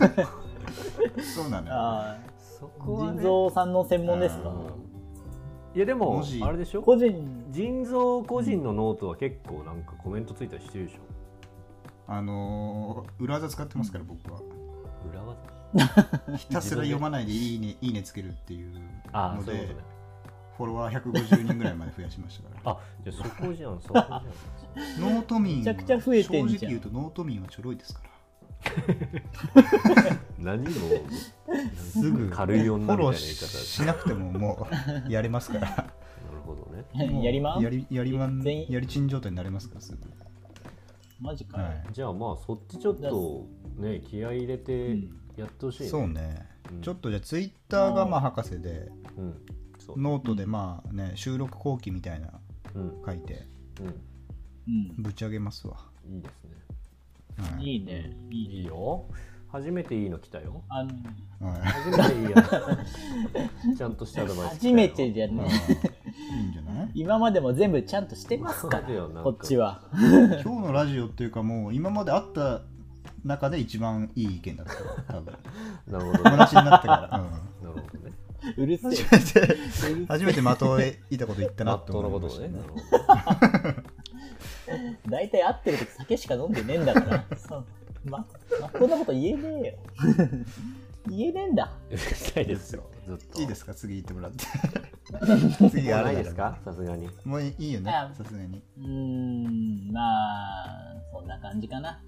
Speaker 2: そうなのよ
Speaker 3: ああ
Speaker 1: そこは
Speaker 3: 腎
Speaker 1: ね
Speaker 3: 臓さんの専門です
Speaker 1: う
Speaker 3: か
Speaker 1: んいやでも
Speaker 2: 文字
Speaker 1: あれでしょ
Speaker 3: 個人
Speaker 1: 腎臓個人のノートは結構なんかコメントついたりしてるでしょ
Speaker 2: あのー裏技使ってますから僕は
Speaker 1: 裏技
Speaker 2: ひたすら読まないでいいねいいねつけるっていう
Speaker 1: ああ
Speaker 2: の
Speaker 1: そういう
Speaker 2: で
Speaker 1: ことね
Speaker 2: フォロワー150人ぐらいまで増やしましたから
Speaker 1: あじゃあそこじゃんそこじゃん
Speaker 2: ノート民は
Speaker 3: めちゃくちゃ増えてんじゃん
Speaker 2: 正直言うとノート民はちょろいですから
Speaker 1: 何を
Speaker 2: すぐ
Speaker 1: 軽い女みたいな
Speaker 2: フォロー
Speaker 1: 言い方だ
Speaker 2: しなくてももうやれますか ら
Speaker 1: なるほどね
Speaker 2: もう
Speaker 3: やりま
Speaker 2: やりやりまん
Speaker 3: 全員
Speaker 2: やりちん状態になれますからすぐ
Speaker 3: マジか、
Speaker 2: は
Speaker 1: じゃあまあそっちちょっとね気合い入れてやってほしい
Speaker 2: い
Speaker 1: ね
Speaker 2: そうね、
Speaker 1: うん
Speaker 2: ちょっとじゃあツイッターがまあ博士で
Speaker 1: うんそう
Speaker 2: ノートでまあね収録後期みたいな
Speaker 1: うん
Speaker 2: 書いて
Speaker 1: う
Speaker 3: うん
Speaker 2: ぶち上げますわ、
Speaker 1: んいいですね
Speaker 2: はい
Speaker 3: いいねいいね
Speaker 1: いいよ初めていいの来たよ
Speaker 3: あの
Speaker 2: はい
Speaker 1: 初めてい いやつちゃんとしたアドバイス来た
Speaker 3: 初
Speaker 1: よ
Speaker 3: めてじゃない
Speaker 2: いいんじゃない
Speaker 3: 今までも全部ちゃんとしてますから
Speaker 1: そうだよなんか
Speaker 3: こっちは
Speaker 2: 今日のラジオっていうかもう今まであった中で一番いい意見だったよ多分
Speaker 1: なるほどね
Speaker 2: 友達になったから、うん
Speaker 1: なるほどね
Speaker 3: うるせえ
Speaker 2: 初めて
Speaker 3: うるせ
Speaker 2: 初めて的をいたこと言った
Speaker 1: ま
Speaker 2: な
Speaker 1: っ
Speaker 2: と
Speaker 1: とうな
Speaker 2: 思
Speaker 1: こ
Speaker 2: い
Speaker 1: とを
Speaker 2: ました
Speaker 1: ね
Speaker 2: ね
Speaker 1: なる ほど
Speaker 3: え大体合ってる時酒しか飲んでねえんだからそうままっとうなこと言えねえよ言えねえんだ
Speaker 1: うるさいですよずっと
Speaker 2: いいですすか次行ってもらって 次
Speaker 1: も
Speaker 2: あ
Speaker 1: うな
Speaker 2: れ
Speaker 1: い
Speaker 2: だ
Speaker 1: ですかさすがに
Speaker 2: もういいよね
Speaker 3: あ
Speaker 2: さすがに
Speaker 3: うーんまあそんな感じかな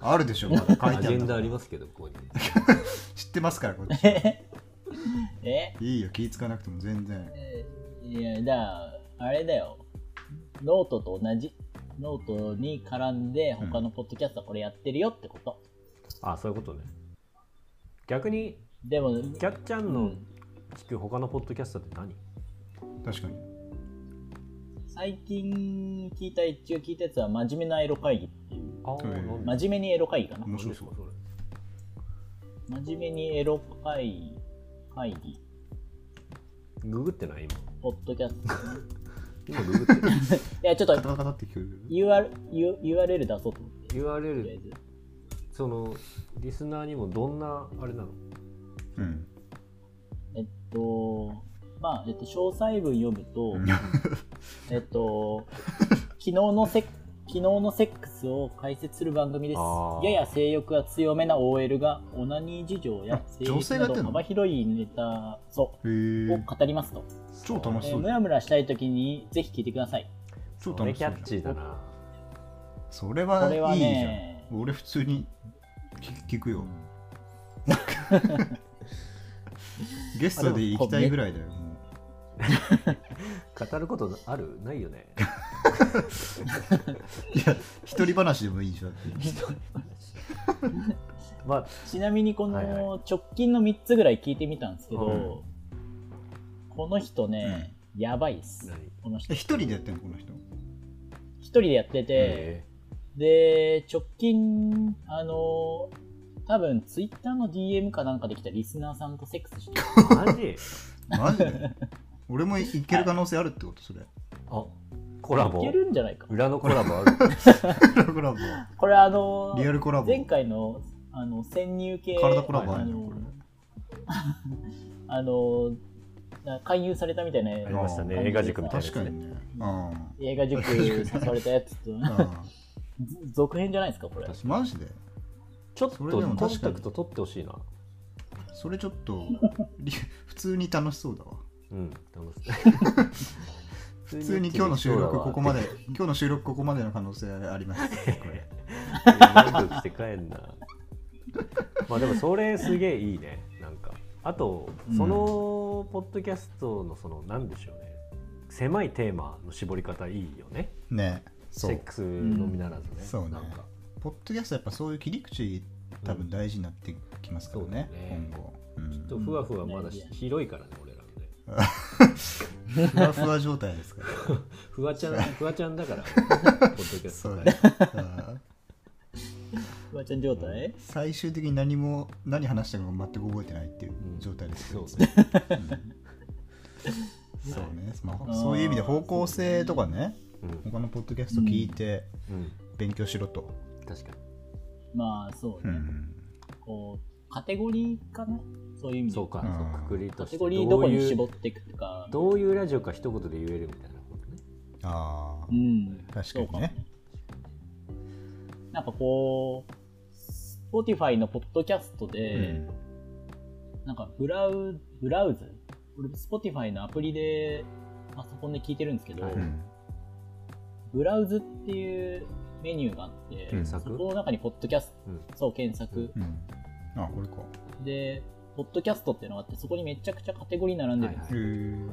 Speaker 2: あるでしょまだ書いてあ
Speaker 1: ア
Speaker 2: る
Speaker 1: ジェンダありますけどここに
Speaker 2: 知ってますからこっち
Speaker 3: え
Speaker 2: いいよ気ぃつかなくても全然
Speaker 3: いやだからあれだよノートと同じノートに絡んで、
Speaker 2: うん
Speaker 3: 他のポッドキャストはこれやってるよってこと。
Speaker 1: あそういうことね逆に
Speaker 3: でも、
Speaker 1: キャッチャン
Speaker 3: う
Speaker 1: の
Speaker 3: ん
Speaker 1: 聞く他のポッドキャストって何
Speaker 2: 確かに
Speaker 3: 最近聞いた、一応聞いたやつは、真面目なエロ会議っていう。
Speaker 1: ああ、
Speaker 2: えー
Speaker 1: なんだ
Speaker 3: 真面目にエロ会議かな。
Speaker 2: 面白
Speaker 1: 何です
Speaker 2: そ
Speaker 1: か
Speaker 2: う
Speaker 1: それ
Speaker 3: 真面目にエロ会会議、
Speaker 1: ググってない
Speaker 3: ポッドキャスト。
Speaker 1: 今今ググ ってない
Speaker 3: いや、ちょっ
Speaker 2: カタ
Speaker 3: と
Speaker 2: カタカタって聞こえる
Speaker 3: UR U- URL 出そうと思って、とりあえ
Speaker 1: URL
Speaker 3: ず。
Speaker 1: そのリスナーにもどんなあれなの
Speaker 2: うん
Speaker 3: えっと、まあ、えっと、詳細文読むと、えっと、昨日のセック昨日のセックスを解説する番組です
Speaker 1: あ。ー
Speaker 3: やや性欲が強めな OL がオナニー事情や
Speaker 2: あ
Speaker 3: 性欲な
Speaker 2: 女性がやって
Speaker 3: ど
Speaker 2: んの
Speaker 3: 幅広いネタそ
Speaker 2: へ
Speaker 3: うを
Speaker 2: ー
Speaker 3: 語りますと。
Speaker 2: 超楽し
Speaker 3: え
Speaker 2: そ
Speaker 3: ー
Speaker 2: う
Speaker 3: ム
Speaker 2: だ
Speaker 3: ラムラしたい時にぜひ聞いてください。
Speaker 2: 超
Speaker 1: こ
Speaker 2: 楽
Speaker 1: れ
Speaker 2: し
Speaker 1: キ
Speaker 2: そう
Speaker 1: ャ
Speaker 2: じゃ
Speaker 1: ッ
Speaker 2: ん
Speaker 1: チーだな
Speaker 2: それ
Speaker 3: これは
Speaker 2: はいいじゃん
Speaker 3: ね、
Speaker 2: 俺普通に聞聞く よゲストで行きたいぐらいだよも
Speaker 1: 語ることあるないよ ね
Speaker 2: ういや一人話でもいいじゃんって
Speaker 1: まあ
Speaker 3: ちなみにこ
Speaker 1: はいは
Speaker 3: の直近の3つぐらい聞いてみたんですけど、
Speaker 1: うん
Speaker 3: この人ね、やばいっす。
Speaker 1: 何
Speaker 3: この人。
Speaker 2: え
Speaker 3: 一
Speaker 2: 一人でやってんのこの人
Speaker 3: 人でやってて、
Speaker 1: え
Speaker 3: で、直近、あのー、多分ツイッターの DM かなんかできたリスナーさんとセックスしてる。
Speaker 1: ーマジ
Speaker 2: マジで俺も行ける可能性あるってことそれ
Speaker 1: あコラボ
Speaker 3: いけるんじゃないか。
Speaker 1: 裏のコラボある
Speaker 2: コラボ
Speaker 3: これあのー
Speaker 2: リアルコラボ
Speaker 3: 前回の、あの、潜入系、
Speaker 2: 体コラボあ
Speaker 3: あ
Speaker 2: る
Speaker 3: の
Speaker 2: の
Speaker 3: ー
Speaker 2: こ れ
Speaker 3: あのーな勧誘されたみたいな
Speaker 1: ありました
Speaker 2: あ
Speaker 1: ね
Speaker 2: ー
Speaker 1: 映画塾みたいな
Speaker 2: 確
Speaker 1: やつ
Speaker 2: か
Speaker 1: ね
Speaker 2: にねうん
Speaker 3: 映画塾誘われたやつと、
Speaker 2: う
Speaker 3: 続編じゃないですか、これ。
Speaker 2: んマジで
Speaker 1: ちょっと
Speaker 2: それでも確
Speaker 1: コ
Speaker 2: かに
Speaker 1: ンタクト取ってほしいな
Speaker 2: それちょっとり普通に楽しそうだわ
Speaker 1: うん楽 しい普
Speaker 2: 普通に今日の収録ここまで今日の収録ここまでの可能性ありますこれ
Speaker 1: 満足して帰ん なまあでもそれすげえいいねなんかあとそのポッドキャストのそのなんでしょうね狭いテーマの絞り方いいよね
Speaker 2: ね
Speaker 1: セ
Speaker 2: そ
Speaker 1: ッ
Speaker 2: う
Speaker 1: クスのみならずね、
Speaker 2: うんそうね
Speaker 1: なんか
Speaker 2: ポッドキャストやっぱそういう切り口多分大事になってきますからね,、
Speaker 1: そうだね
Speaker 2: 今後、うん
Speaker 1: ちょっとふわふわまだし広いからね俺らのね
Speaker 2: ふわふわ状態ですから
Speaker 1: ふわちゃんふわちゃんだからポッドキャスト
Speaker 2: そう
Speaker 1: が
Speaker 2: だね、うん
Speaker 3: フワちゃん状態
Speaker 2: 最終的に何も何話したか全く覚えてないっていう状態です
Speaker 1: そ
Speaker 2: けど、
Speaker 1: うね
Speaker 2: そうね、ま
Speaker 3: う
Speaker 2: あ、
Speaker 3: ん
Speaker 2: そういう意味で方向性とかね
Speaker 1: うん、
Speaker 2: 他のポッドキャスト聞いて
Speaker 1: うん、
Speaker 2: 勉強しろと、
Speaker 1: 確かに
Speaker 3: まあ、そう
Speaker 2: う
Speaker 3: ね。
Speaker 2: ん
Speaker 3: こう、カテゴリーかなそういう意味で。
Speaker 1: そうか、
Speaker 2: うん
Speaker 1: そうくくりと
Speaker 3: カ
Speaker 1: して
Speaker 3: テゴリーどこに
Speaker 1: ど
Speaker 3: 絞っ
Speaker 1: ういう
Speaker 3: ていくか。
Speaker 1: どういうラジオか一言で言えるみたいなことね
Speaker 2: ああ、
Speaker 3: うん。
Speaker 2: 確かに
Speaker 3: そうも
Speaker 2: ね。
Speaker 3: なんかこう、Spotify のポッドキャストで、
Speaker 2: うん
Speaker 3: なんかブラウブラウズ俺、Spotify のアプリで、パソコンで聞いてるんですけど、
Speaker 1: はいう
Speaker 2: うんん
Speaker 3: ブラウズっていうメニューがあって、
Speaker 2: 検
Speaker 1: 索
Speaker 3: そこの中にポッドキャスト、
Speaker 1: うん
Speaker 3: そう、検索、
Speaker 2: うんあこれか
Speaker 3: で、ポッドキャストっていうのがあって、そこにめちゃくちゃカテゴリー並んでるんですよ
Speaker 1: はい
Speaker 2: へー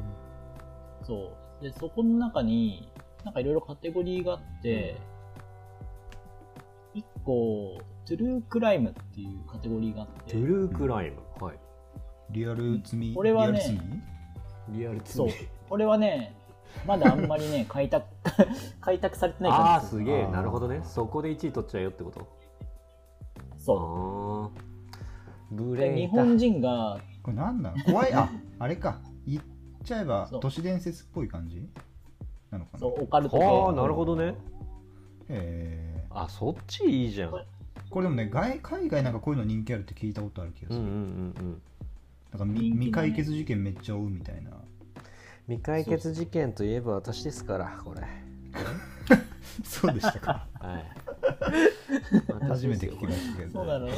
Speaker 3: そう。で、そこの中に、なんかいろいろカテゴリーがあって、一個、トゥルークライムっていうカテゴリーがあって
Speaker 1: ト、ゥルークライム、はい
Speaker 2: リアル罪、み
Speaker 3: これはね
Speaker 1: リ
Speaker 2: リアル罪
Speaker 1: アル
Speaker 3: そう。これはね、まだあんまりね、 開拓、開拓されてない
Speaker 1: あ
Speaker 3: 感
Speaker 1: あー
Speaker 3: じです
Speaker 1: すげえ
Speaker 2: あー
Speaker 1: なるほどねそこで1位取っちゃうよってこと
Speaker 3: そ
Speaker 1: ああブ
Speaker 3: う。で
Speaker 1: レ
Speaker 3: 日
Speaker 1: イ
Speaker 3: 本人が、
Speaker 2: これ何なの怖いああれか言っちゃえば
Speaker 3: そう
Speaker 2: 都市伝説っぽい感じなのかな
Speaker 3: そ
Speaker 2: へ
Speaker 3: う、オカルト
Speaker 1: はあ
Speaker 3: 系。
Speaker 1: なるほどね
Speaker 2: え
Speaker 1: あそっちいいじゃんうん
Speaker 2: これでもね外海外なんかこういうの人気あるって聞いたことある気が
Speaker 1: う
Speaker 2: す
Speaker 1: んう
Speaker 2: る、
Speaker 1: んうん
Speaker 2: なんか未
Speaker 3: 人気ね
Speaker 2: 未解決事件めっちゃ多いみたいな
Speaker 1: 未解決事件といえば私ですからこれ
Speaker 2: そうでし たか
Speaker 1: はい
Speaker 2: 初めて聞きましたけ
Speaker 3: そう
Speaker 2: ど
Speaker 3: なの。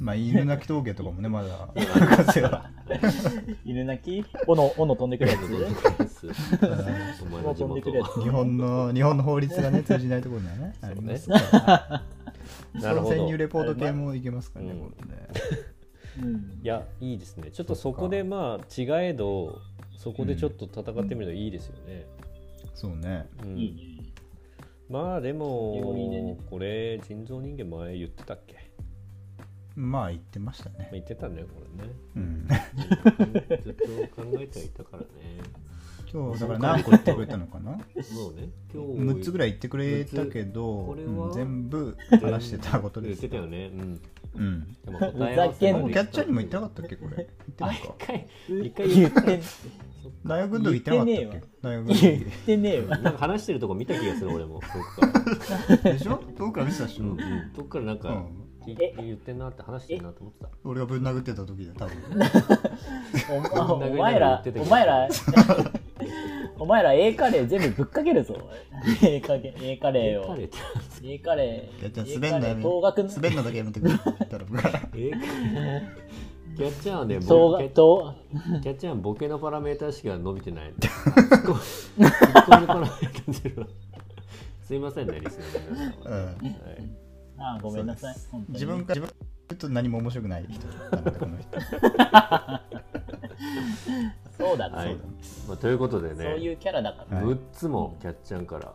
Speaker 2: まあ犬鳴峠とかもねまだ博士は
Speaker 3: 犬鳴き斧、斧飛んでくるや つ。
Speaker 1: すお前の
Speaker 3: 斧
Speaker 1: 地
Speaker 3: 飛んでく
Speaker 1: 元
Speaker 3: るやつ。
Speaker 2: 日本の日本の法律がね通じないところにはねあります
Speaker 1: そうね
Speaker 2: から
Speaker 1: なるほ
Speaker 2: 潜
Speaker 1: ど
Speaker 2: 入
Speaker 1: い
Speaker 2: レポート系もいけますからね、
Speaker 1: うん
Speaker 2: これね
Speaker 3: うん。
Speaker 1: やいいですねちょっとそこでまあ違えどそこでちょっと戦ってみるのいいですよね、
Speaker 2: そうね
Speaker 1: うん
Speaker 3: いいね。
Speaker 1: まあで
Speaker 3: 料理でね
Speaker 1: もこれ人造人間前言ってたっけ、ま
Speaker 2: まあ言ってました
Speaker 1: あ、
Speaker 2: ね
Speaker 1: 言ってたねこれね
Speaker 2: うん
Speaker 1: ずっと考えてはいたからね
Speaker 2: 今日だから何個言ってくれたのかな
Speaker 1: もうね今日
Speaker 2: 6つぐらい言ってくれたけど、
Speaker 1: これは
Speaker 2: うん全部話してたことです
Speaker 1: 言ってたよねうん
Speaker 2: うん
Speaker 1: でも答え合わ
Speaker 3: ふざけ
Speaker 1: せ
Speaker 3: んな
Speaker 2: あキャッチャーにも言ってなかったっけこれ言って
Speaker 1: あ
Speaker 2: ない
Speaker 1: 一
Speaker 2: か
Speaker 1: 回
Speaker 3: 言
Speaker 1: 一回言った
Speaker 3: って、
Speaker 2: 大学の時言ってなか
Speaker 3: 言って
Speaker 2: ったっ
Speaker 3: ね
Speaker 2: け大学の
Speaker 3: 言
Speaker 2: 時
Speaker 3: ってねえわ。
Speaker 1: なんか話してるとこ見た気がする俺も遠くから
Speaker 2: でしょ遠くから見てたでし
Speaker 1: う
Speaker 2: ょ、
Speaker 1: んうん遠くからなん
Speaker 2: う
Speaker 1: か
Speaker 2: ん
Speaker 1: い
Speaker 3: え
Speaker 1: 言ってんなって話してんなと思ってた
Speaker 2: 俺がぶん殴ってた時だよ多分
Speaker 3: お
Speaker 1: あ
Speaker 3: お前ら、お前ら、 お前ら A カレー全部ぶっかけるぞ。A カレー、A カレーを。
Speaker 1: え
Speaker 3: A カレ
Speaker 2: キャッチャ
Speaker 3: ー、
Speaker 2: ー滑んのやめ
Speaker 3: 高額の、
Speaker 2: 滑んのだけやめてくれたら僕が
Speaker 1: え キャッチャーはね
Speaker 3: 総
Speaker 1: ボ
Speaker 3: 額
Speaker 1: ケ
Speaker 3: と、
Speaker 1: キャッチャーはボケのパラメーターしか伸びてない。ツッコミツッコミのパラメーターゼロすいませんね、リスナーの皆さんはね、はい
Speaker 3: ああごめんなさい。本当に
Speaker 2: 自分から自分から言うと何も面白くない人なのでこの人
Speaker 3: そうだ
Speaker 1: はい
Speaker 3: ね。
Speaker 1: まあ。ということで
Speaker 3: そう
Speaker 1: ね、
Speaker 3: いうキャラだから。
Speaker 2: はい
Speaker 1: 6つもキャッチャーから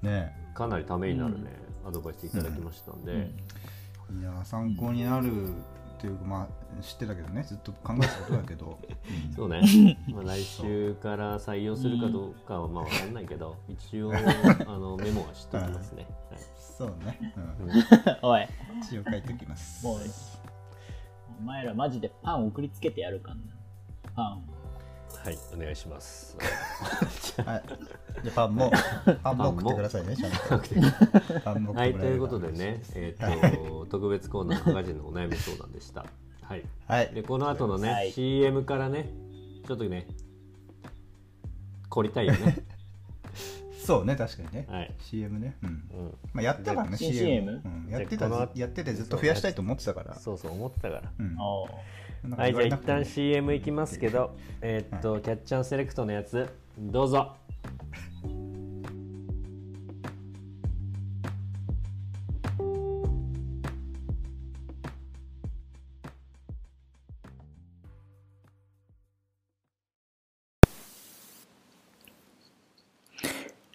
Speaker 2: ね
Speaker 1: かなりためになるね、アドバイスいただきましたんで、
Speaker 3: うん
Speaker 2: えいやー参考になるというかまあ知ってたけどねずっと考えてたことだけど、うん
Speaker 1: そうね、まあ、来週から採用するかどうかはまあわかんないけど、一応あのメモはしておきますね。はい
Speaker 2: そうね、うん、
Speaker 3: おい、
Speaker 2: 一応書いておきます
Speaker 3: もう、お前らマジでパン送りつけてやるからな。パン。
Speaker 1: はい、お願いします。
Speaker 2: はいじゃあパンもパンも送ってくださいねちゃんとパンも
Speaker 1: は
Speaker 2: 送
Speaker 1: い、
Speaker 2: っても
Speaker 1: と
Speaker 2: ら
Speaker 1: い
Speaker 2: え
Speaker 1: う
Speaker 2: る
Speaker 1: こ
Speaker 2: か
Speaker 1: とでね、えー、と特別コーナー、ハガジンのお悩み相談でした。はい、
Speaker 2: はい
Speaker 1: でこの後のね、
Speaker 3: はい
Speaker 1: CM からね、ちょっとね、凝りたいよ ね。
Speaker 2: そうね確かにね、
Speaker 1: はい
Speaker 2: CM ね、うん
Speaker 1: うん、
Speaker 2: まあ、やってたからね
Speaker 3: 新
Speaker 2: CM,
Speaker 3: CM
Speaker 2: うん、やってた
Speaker 1: じゃあ
Speaker 2: ず
Speaker 1: この
Speaker 2: やっててずっと増やしたいと思ってたから
Speaker 1: そうそう、思ってたから。
Speaker 2: うん
Speaker 3: おう
Speaker 2: なんか
Speaker 1: はい、じゃあ
Speaker 2: 言われ
Speaker 1: 一
Speaker 2: なくても
Speaker 1: 旦 CM いきますけど、えーっと、キャッチャンセレクトのやつ、どうぞ。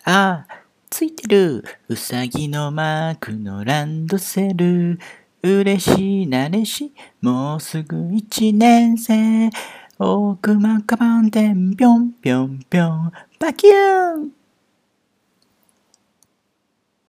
Speaker 4: ああ、ついてる。うさぎのマークのランドセル。嬉しいなれし、もうすぐ一年生。大熊カバンでんぴょんぴょんぴょん。バキューン